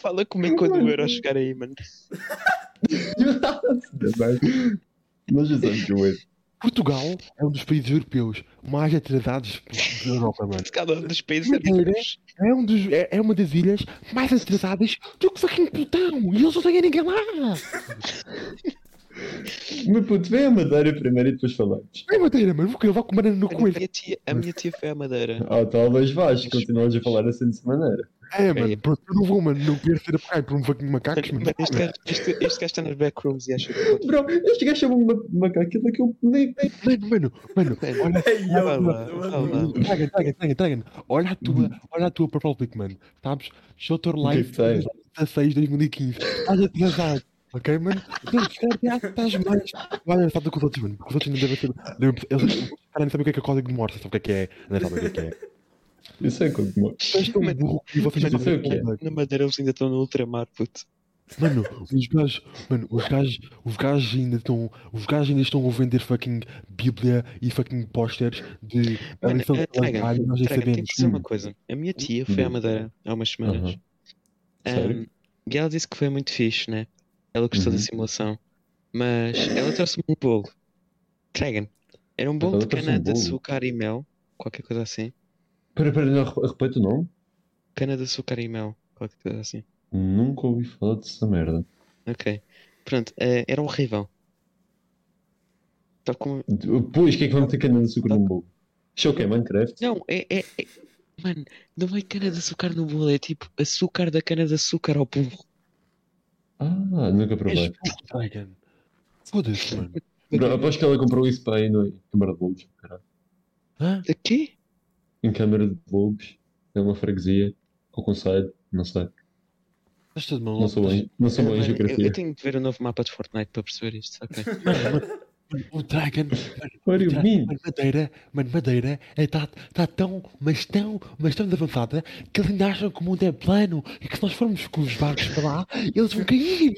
[SPEAKER 2] Fala comigo quando o euro chegar aí, mano.
[SPEAKER 4] Ainda bem. Nós já sabemos que eu erro.
[SPEAKER 1] Portugal é um dos países europeus mais atrasados da Europa, mano.
[SPEAKER 2] Cada um dos países
[SPEAKER 1] Jura?
[SPEAKER 2] europeus.
[SPEAKER 1] É, um dos- é- é uma das ilhas mais atrasadas do que fucking Plutão. E eles não têm ninguém lá.
[SPEAKER 4] Mas puto, vem a Madeira primeiro e depois falamos.
[SPEAKER 1] Não é madeira, mano. Vou querer levar com banana no
[SPEAKER 2] Mano, A
[SPEAKER 1] coelho.
[SPEAKER 2] minha, tia, a minha tia foi à Madeira.
[SPEAKER 4] Ah, talvez vás, continuas a falar assim dessa maneira.
[SPEAKER 1] É,
[SPEAKER 2] Ok.
[SPEAKER 1] mano. Pronto, eu não vou, mano. Não quero ser apagado por um fucking macacos, mano.
[SPEAKER 2] Mano, este gajo, este, este gajo está nas backrooms e acha que.
[SPEAKER 4] Bro, este gajo chamou-me ma- macaco, aquilo que eu nem nem-
[SPEAKER 1] Mano, mano, mano.
[SPEAKER 2] Mano,
[SPEAKER 1] Olha,
[SPEAKER 3] Ei, eu,
[SPEAKER 2] Olá,
[SPEAKER 3] mano, eu
[SPEAKER 2] olá.
[SPEAKER 3] adoro.
[SPEAKER 1] Dragon, Dragon, Dragon, Dragon. Olha a tua, olha a tua Purple Pick, mano. Sabes? Shutter Live
[SPEAKER 4] que tem?
[SPEAKER 1] 16 2015. Estás atrasado. Ok, mano? Não, se calhar já estás mais. Vai avançar do que os outros, mano. Porque os outros não devem ser. devem- Eles os caras não sabem o que é que é código de morte, sabem o que é que é. Não sabem o que é que é.
[SPEAKER 4] Eu sei quando morro.
[SPEAKER 1] Vocês estão
[SPEAKER 2] Mas-
[SPEAKER 1] burro e vocês
[SPEAKER 4] mas
[SPEAKER 1] não sabem
[SPEAKER 4] eu sei o que é.
[SPEAKER 1] código.
[SPEAKER 2] Na Madeira eles ainda estão no ultramar, puto.
[SPEAKER 1] Mano, os gajos, mano, os gajos, os gajos ainda estão, os gajos ainda estão a vender fucking Bíblia e fucking posters de a
[SPEAKER 2] Mano,
[SPEAKER 1] lição de
[SPEAKER 2] eh, Dragon,
[SPEAKER 1] Calcário, nós já
[SPEAKER 2] Traga, tenho
[SPEAKER 1] sabemos.
[SPEAKER 2] que dizer uma coisa. A minha tia foi à Madeira há umas semanas.
[SPEAKER 4] Hum, Aham. Sério?
[SPEAKER 2] Ahm, e ela disse que foi muito fixe, né? Ela gostou da
[SPEAKER 4] Uhum.
[SPEAKER 2] simulação. Mas ela trouxe-me um bolo. Dragon, era um bolo
[SPEAKER 4] Ela
[SPEAKER 2] de
[SPEAKER 4] trouxe um
[SPEAKER 2] cana de
[SPEAKER 4] bolo?
[SPEAKER 2] açúcar e mel. Qualquer coisa assim.
[SPEAKER 4] Pera, pera, não, re- repete o nome?
[SPEAKER 2] Cana de açúcar e mel. Qualquer coisa assim.
[SPEAKER 4] Nunca ouvi falar dessa merda.
[SPEAKER 2] Ok. Pronto, eh, era horrível. Só com...
[SPEAKER 4] Pois, que é que vamos ter cana de açúcar num bolo? Isto é o quê? Minecraft?
[SPEAKER 2] Não, é, é, é- Mano, não é cana de açúcar no bolo, é tipo açúcar da cana de açúcar ao burro.
[SPEAKER 4] Ah, nunca
[SPEAKER 1] És
[SPEAKER 4] provei.
[SPEAKER 1] burro, Dragon. Foda-se, mano.
[SPEAKER 4] Bro, aposto que ela comprou isso para aí no- em câmara de lobos. caralho.
[SPEAKER 1] Hã?
[SPEAKER 2] De quê?
[SPEAKER 4] Em câmara de lobos, é uma freguesia, ao conselho, não sei.
[SPEAKER 1] Estás de
[SPEAKER 4] Não
[SPEAKER 1] maluco?
[SPEAKER 4] sou bem, não sou
[SPEAKER 2] Ah,
[SPEAKER 4] bom em
[SPEAKER 2] mano, eu,
[SPEAKER 4] geografia.
[SPEAKER 2] eu tenho de ver o novo mapa de Fortnite para perceber isto. ok?
[SPEAKER 1] Mano, O Dragon,
[SPEAKER 4] What do you mean?
[SPEAKER 1] mano, Madeira, mano, Madeira, está tá tão, mas tão, mas tão avançada que eles ainda acham que o mundo é plano e que se nós formos com os barcos para lá, eles vão cair.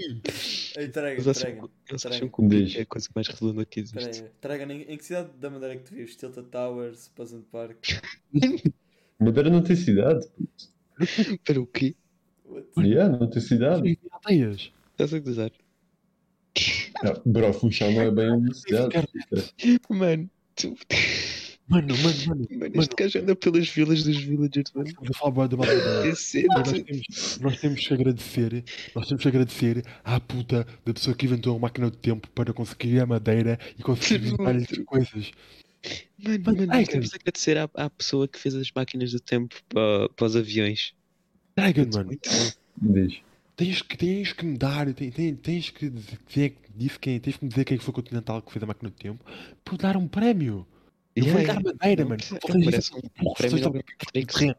[SPEAKER 3] Ei, Traga,
[SPEAKER 2] Eles acham,
[SPEAKER 3] traga.
[SPEAKER 2] eles
[SPEAKER 3] Traga.
[SPEAKER 2] acham que o Pico
[SPEAKER 4] Diz.
[SPEAKER 2] é a coisa mais redonda que existe.
[SPEAKER 3] Traga, traga. Em, em que cidade da Madeira é que tu vives? Tilta Towers, Pleasant Park?
[SPEAKER 4] Madeira não tem cidade.
[SPEAKER 2] Para o quê?
[SPEAKER 3] What?
[SPEAKER 4] Yeah, não tem cidade.
[SPEAKER 1] E aldeias.
[SPEAKER 2] Estás a gozar?
[SPEAKER 4] Ah, Bro, Funchal não é bem uma cidade.
[SPEAKER 2] Tipo, Mano, tu...
[SPEAKER 1] Mano, mano, mano.
[SPEAKER 2] mano,
[SPEAKER 1] Mano.
[SPEAKER 2] este gajo anda pelas vilas dos villagers, mano.
[SPEAKER 1] Estamos a falar bué de uma aldeia.
[SPEAKER 2] Ah.
[SPEAKER 1] Mas
[SPEAKER 2] Decente.
[SPEAKER 1] nós temos, nós temos que agradecer, nós temos que agradecer à puta da pessoa que inventou a máquina do tempo para conseguir a madeira e conseguir visitar as coisas.
[SPEAKER 2] Mano,
[SPEAKER 1] Mas,
[SPEAKER 2] mano,
[SPEAKER 1] ai,
[SPEAKER 2] nós temos de agradecer à, à pessoa que fez as máquinas do tempo para, para os aviões.
[SPEAKER 1] Dragon, mano,
[SPEAKER 2] Muito bom.
[SPEAKER 4] Diz.
[SPEAKER 1] tens que, tens que me dar, tens, tens, tens que dizer quem é que disse quem, tens que me dizer quem é que foi o Continental que fez a máquina do tempo para eu dar um prémio. Eu vou lhe dar madeira,
[SPEAKER 2] Não
[SPEAKER 1] mano.
[SPEAKER 2] precisa-
[SPEAKER 1] Vocês
[SPEAKER 2] não merece um
[SPEAKER 1] burros,
[SPEAKER 2] prémio
[SPEAKER 1] vocês
[SPEAKER 2] Nobel
[SPEAKER 1] estão-
[SPEAKER 2] de Tricks.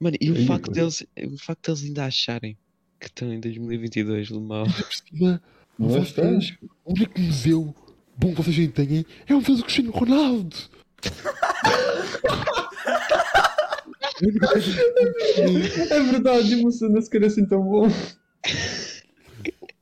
[SPEAKER 2] Mano, e
[SPEAKER 4] Ainda
[SPEAKER 2] o facto,
[SPEAKER 4] bem.
[SPEAKER 2] deles, o facto deles ainda acharem que estão em 2022, Lemão.
[SPEAKER 1] por cima,
[SPEAKER 4] Não é
[SPEAKER 1] vocês, o único museu bom que vocês ainda têm é o museu do Cristiano Ronaldo. É a única coisa
[SPEAKER 4] É verdade, emociona se calhar assim tão bom.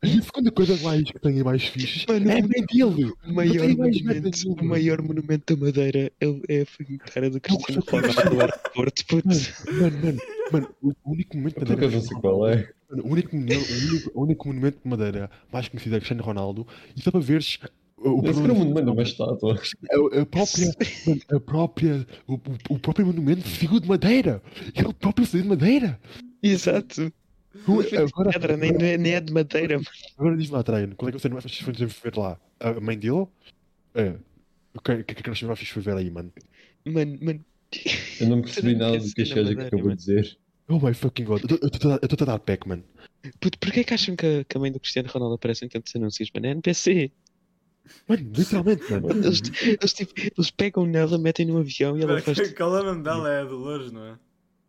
[SPEAKER 1] E a segunda coisa mais que tem mais fichas
[SPEAKER 2] Mano,
[SPEAKER 1] é a mãe dele.
[SPEAKER 2] O maior,
[SPEAKER 1] tem mais nada
[SPEAKER 2] monumento,
[SPEAKER 1] nenhuma.
[SPEAKER 2] o maior monumento da Madeira é, o- é a fucking cara do Cristiano
[SPEAKER 1] sei como é que
[SPEAKER 2] Ronaldo no aeroporto, puto.
[SPEAKER 1] Mano, mano, mano, mano, o o único momento de
[SPEAKER 4] Por
[SPEAKER 1] madeira.
[SPEAKER 4] acaso não sei qual é.
[SPEAKER 1] Mano, o, único, monumento- o, único, o único monumento de madeira mais conhecido é Cristiano Ronaldo. E só para veres o, o
[SPEAKER 4] Esse
[SPEAKER 1] problema-
[SPEAKER 4] cara mundo manda uma estátua.
[SPEAKER 1] a, a própria, mano, a própria, é o, o- o próprio monumento saiu de madeira. Ele próprio saiu de madeira.
[SPEAKER 2] Exato.
[SPEAKER 1] O- Agora,
[SPEAKER 2] é Pedra, nem, nem nem é de madeira, mano.
[SPEAKER 1] agora diz-me lá, Traiano, qual é que você mais fixe foi de ver lá? A mãe dele? É. O que o que é que nós mais fixe foi ver aí, mano?
[SPEAKER 2] Mano, mano.
[SPEAKER 4] Eu não percebi nada do que este gajo
[SPEAKER 2] Madeira,
[SPEAKER 4] acabou de
[SPEAKER 2] mano.
[SPEAKER 4] dizer.
[SPEAKER 1] Oh my fucking god, eu estou a eu tô a dar pack, mano.
[SPEAKER 2] Puto, porquê é que acham que a, que a mãe do Cristiano Ronaldo aparece em tantos anúncios, mano? É NPC.
[SPEAKER 1] Mano, literalmente, mano.
[SPEAKER 2] Eles,
[SPEAKER 1] Uhum.
[SPEAKER 2] eles, tipo, eles pegam nela, metem no avião e ela faz.
[SPEAKER 3] Qual é o nome dela? É a Dolores, não é?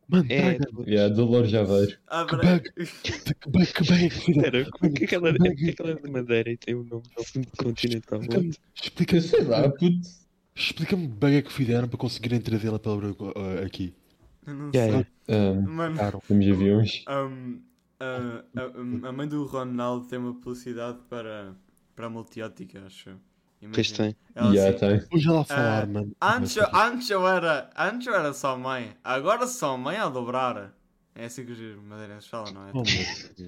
[SPEAKER 1] Mano,
[SPEAKER 2] É,
[SPEAKER 1] traga
[SPEAKER 4] Yeah, Dolores Javeiro.
[SPEAKER 3] Ah,
[SPEAKER 1] que
[SPEAKER 3] peraí.
[SPEAKER 1] bug, que bug, que bug, filha.
[SPEAKER 2] Pera, porque é que ela, porque é que ela é de Madeira e tem o nome do filme continental?
[SPEAKER 1] Explica-me,
[SPEAKER 4] Eu
[SPEAKER 1] explica-me,
[SPEAKER 4] sei lá, puto.
[SPEAKER 1] explica-me bem é que fizeram para conseguirem trazê-la para uh, aqui.
[SPEAKER 3] Eu não
[SPEAKER 1] é
[SPEAKER 2] Yeah,
[SPEAKER 3] sei.
[SPEAKER 2] yeah.
[SPEAKER 4] Um,
[SPEAKER 3] Mano,
[SPEAKER 1] Claro.
[SPEAKER 4] temos aviões.
[SPEAKER 3] um, a- a, a mãe do Ronaldo tem uma publicidade para, para a multiótica, acho. eu.
[SPEAKER 2] Pois
[SPEAKER 3] Imagina.
[SPEAKER 2] tem.
[SPEAKER 3] Ela
[SPEAKER 4] yeah,
[SPEAKER 3] assim,
[SPEAKER 4] tem.
[SPEAKER 1] Hoje ela a falar, mano.
[SPEAKER 3] Antes, antes, eu era, antes eu era só mãe, agora sou mãe a dobrar. É assim que os madeirenses falam, não é?
[SPEAKER 1] Oh,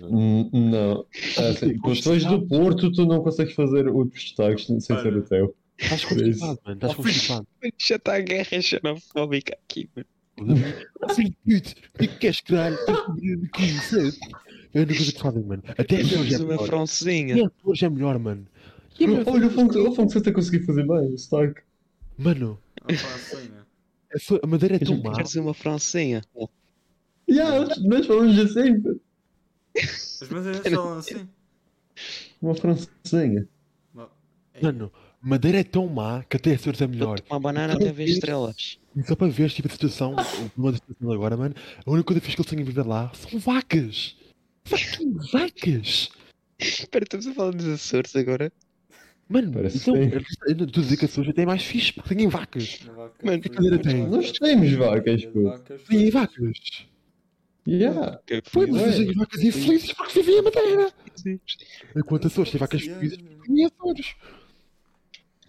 [SPEAKER 1] mano.
[SPEAKER 4] N- Não. Ah, sim, com os dois do Porto, tu não consegues fazer outros destaques sem ser o teu.
[SPEAKER 1] Estás
[SPEAKER 4] Por isso.
[SPEAKER 1] constipado, mano. Estás
[SPEAKER 3] Oh, filho.
[SPEAKER 1] constipado.
[SPEAKER 2] Já está a guerra xenofóbica aqui, mano.
[SPEAKER 1] Filho de puto, o que é que queres caralho? Estás com medo de me conhecer? É a única coisa que fazem, mano. Até atores é
[SPEAKER 2] Temos uma
[SPEAKER 1] melhor.
[SPEAKER 2] froncezinha.
[SPEAKER 1] Até atores é melhor, mano. é
[SPEAKER 4] Olha, o Funk, o Funk até conseguiu fazer bem o destaque.
[SPEAKER 1] Mano,
[SPEAKER 3] Não fala assim, né?
[SPEAKER 1] a sua- a madeira é tão má.
[SPEAKER 2] Queres uma francinha?
[SPEAKER 4] Yeah, nós falamos assim.
[SPEAKER 3] Os madeirenses falam assim.
[SPEAKER 4] Uma francesinha.
[SPEAKER 3] Bom, é-
[SPEAKER 1] Mano, madeira é tão má que até Açores é melhor.
[SPEAKER 2] Uma banana
[SPEAKER 1] Então,
[SPEAKER 2] até ver
[SPEAKER 1] isso-
[SPEAKER 2] estrelas.
[SPEAKER 1] E só para ver tipo, a situação, uma situação agora, mano, a única coisa fixe que eles têm a viver lá são vacas. Fucking vacas!
[SPEAKER 2] Espera, estamos a falar dos Açores agora.
[SPEAKER 1] Mano,
[SPEAKER 4] Parece
[SPEAKER 1] então,
[SPEAKER 4] bem.
[SPEAKER 1] eu eu não estou a dizer que Açores até é mais fixe, porque têm vacas.
[SPEAKER 3] Não vacas,
[SPEAKER 2] Mano,
[SPEAKER 3] filhas
[SPEAKER 1] madeira
[SPEAKER 3] de
[SPEAKER 1] tem?
[SPEAKER 2] é
[SPEAKER 3] vacas,
[SPEAKER 4] Nós temos vacas,
[SPEAKER 3] filhas de
[SPEAKER 4] pô.
[SPEAKER 3] vacas,
[SPEAKER 1] Têm
[SPEAKER 3] filhas-
[SPEAKER 1] vacas.
[SPEAKER 4] Yeah.
[SPEAKER 1] Foi,
[SPEAKER 4] Pois
[SPEAKER 1] mas
[SPEAKER 4] é.
[SPEAKER 1] eles têm vacas infelizes porque vivem a madeira. Enquanto
[SPEAKER 3] é
[SPEAKER 1] Açores tem vacas
[SPEAKER 3] Yeah,
[SPEAKER 1] felizes,
[SPEAKER 3] yeah.
[SPEAKER 1] têm Açores.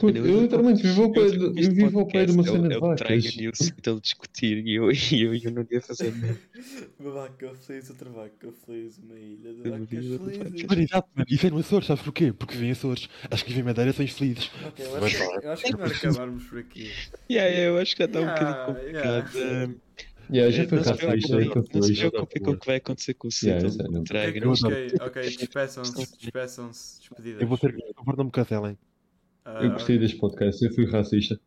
[SPEAKER 4] Puto, eu literalmente vivo ao pé de, eu vivo ao pé de uma
[SPEAKER 2] é
[SPEAKER 4] cena de vacas.
[SPEAKER 2] Traga News para ele discutir e eu, e eu, e eu não ia fazer nada.
[SPEAKER 3] Uma vaca feliz, outra vaca feliz, uma ilha de
[SPEAKER 2] Uma
[SPEAKER 3] vacas
[SPEAKER 2] ilha de
[SPEAKER 3] felizes.
[SPEAKER 1] Mano, exato, mano. Isso é no Açores, sabes porquê? Porque vivem Açores. Acho que vivem Madeira são infelizes.
[SPEAKER 3] Ok, eu acho, que- eu acho que nós acabarmos por aqui.
[SPEAKER 2] yeah, eu acho que já está
[SPEAKER 3] Yeah,
[SPEAKER 2] um bocadinho complicado.
[SPEAKER 3] yeah.
[SPEAKER 2] Um,
[SPEAKER 4] Yeah, já
[SPEAKER 2] eh,
[SPEAKER 4] foi é
[SPEAKER 2] não se
[SPEAKER 4] cá feliz, já
[SPEAKER 2] preocupem-
[SPEAKER 4] foi
[SPEAKER 2] Não se
[SPEAKER 4] feliz.
[SPEAKER 2] preocupem com o que vai acontecer com o
[SPEAKER 4] Yeah,
[SPEAKER 2] Seattle.
[SPEAKER 4] exato.
[SPEAKER 3] É
[SPEAKER 2] Traga
[SPEAKER 1] não-
[SPEAKER 3] Ok, ok, despeçam-se, despeçam-se, despedidas.
[SPEAKER 1] Eu vou ser, por favor, não me cancelem.
[SPEAKER 3] Ah,
[SPEAKER 4] Eu gostei deste podcast, eu fui racista.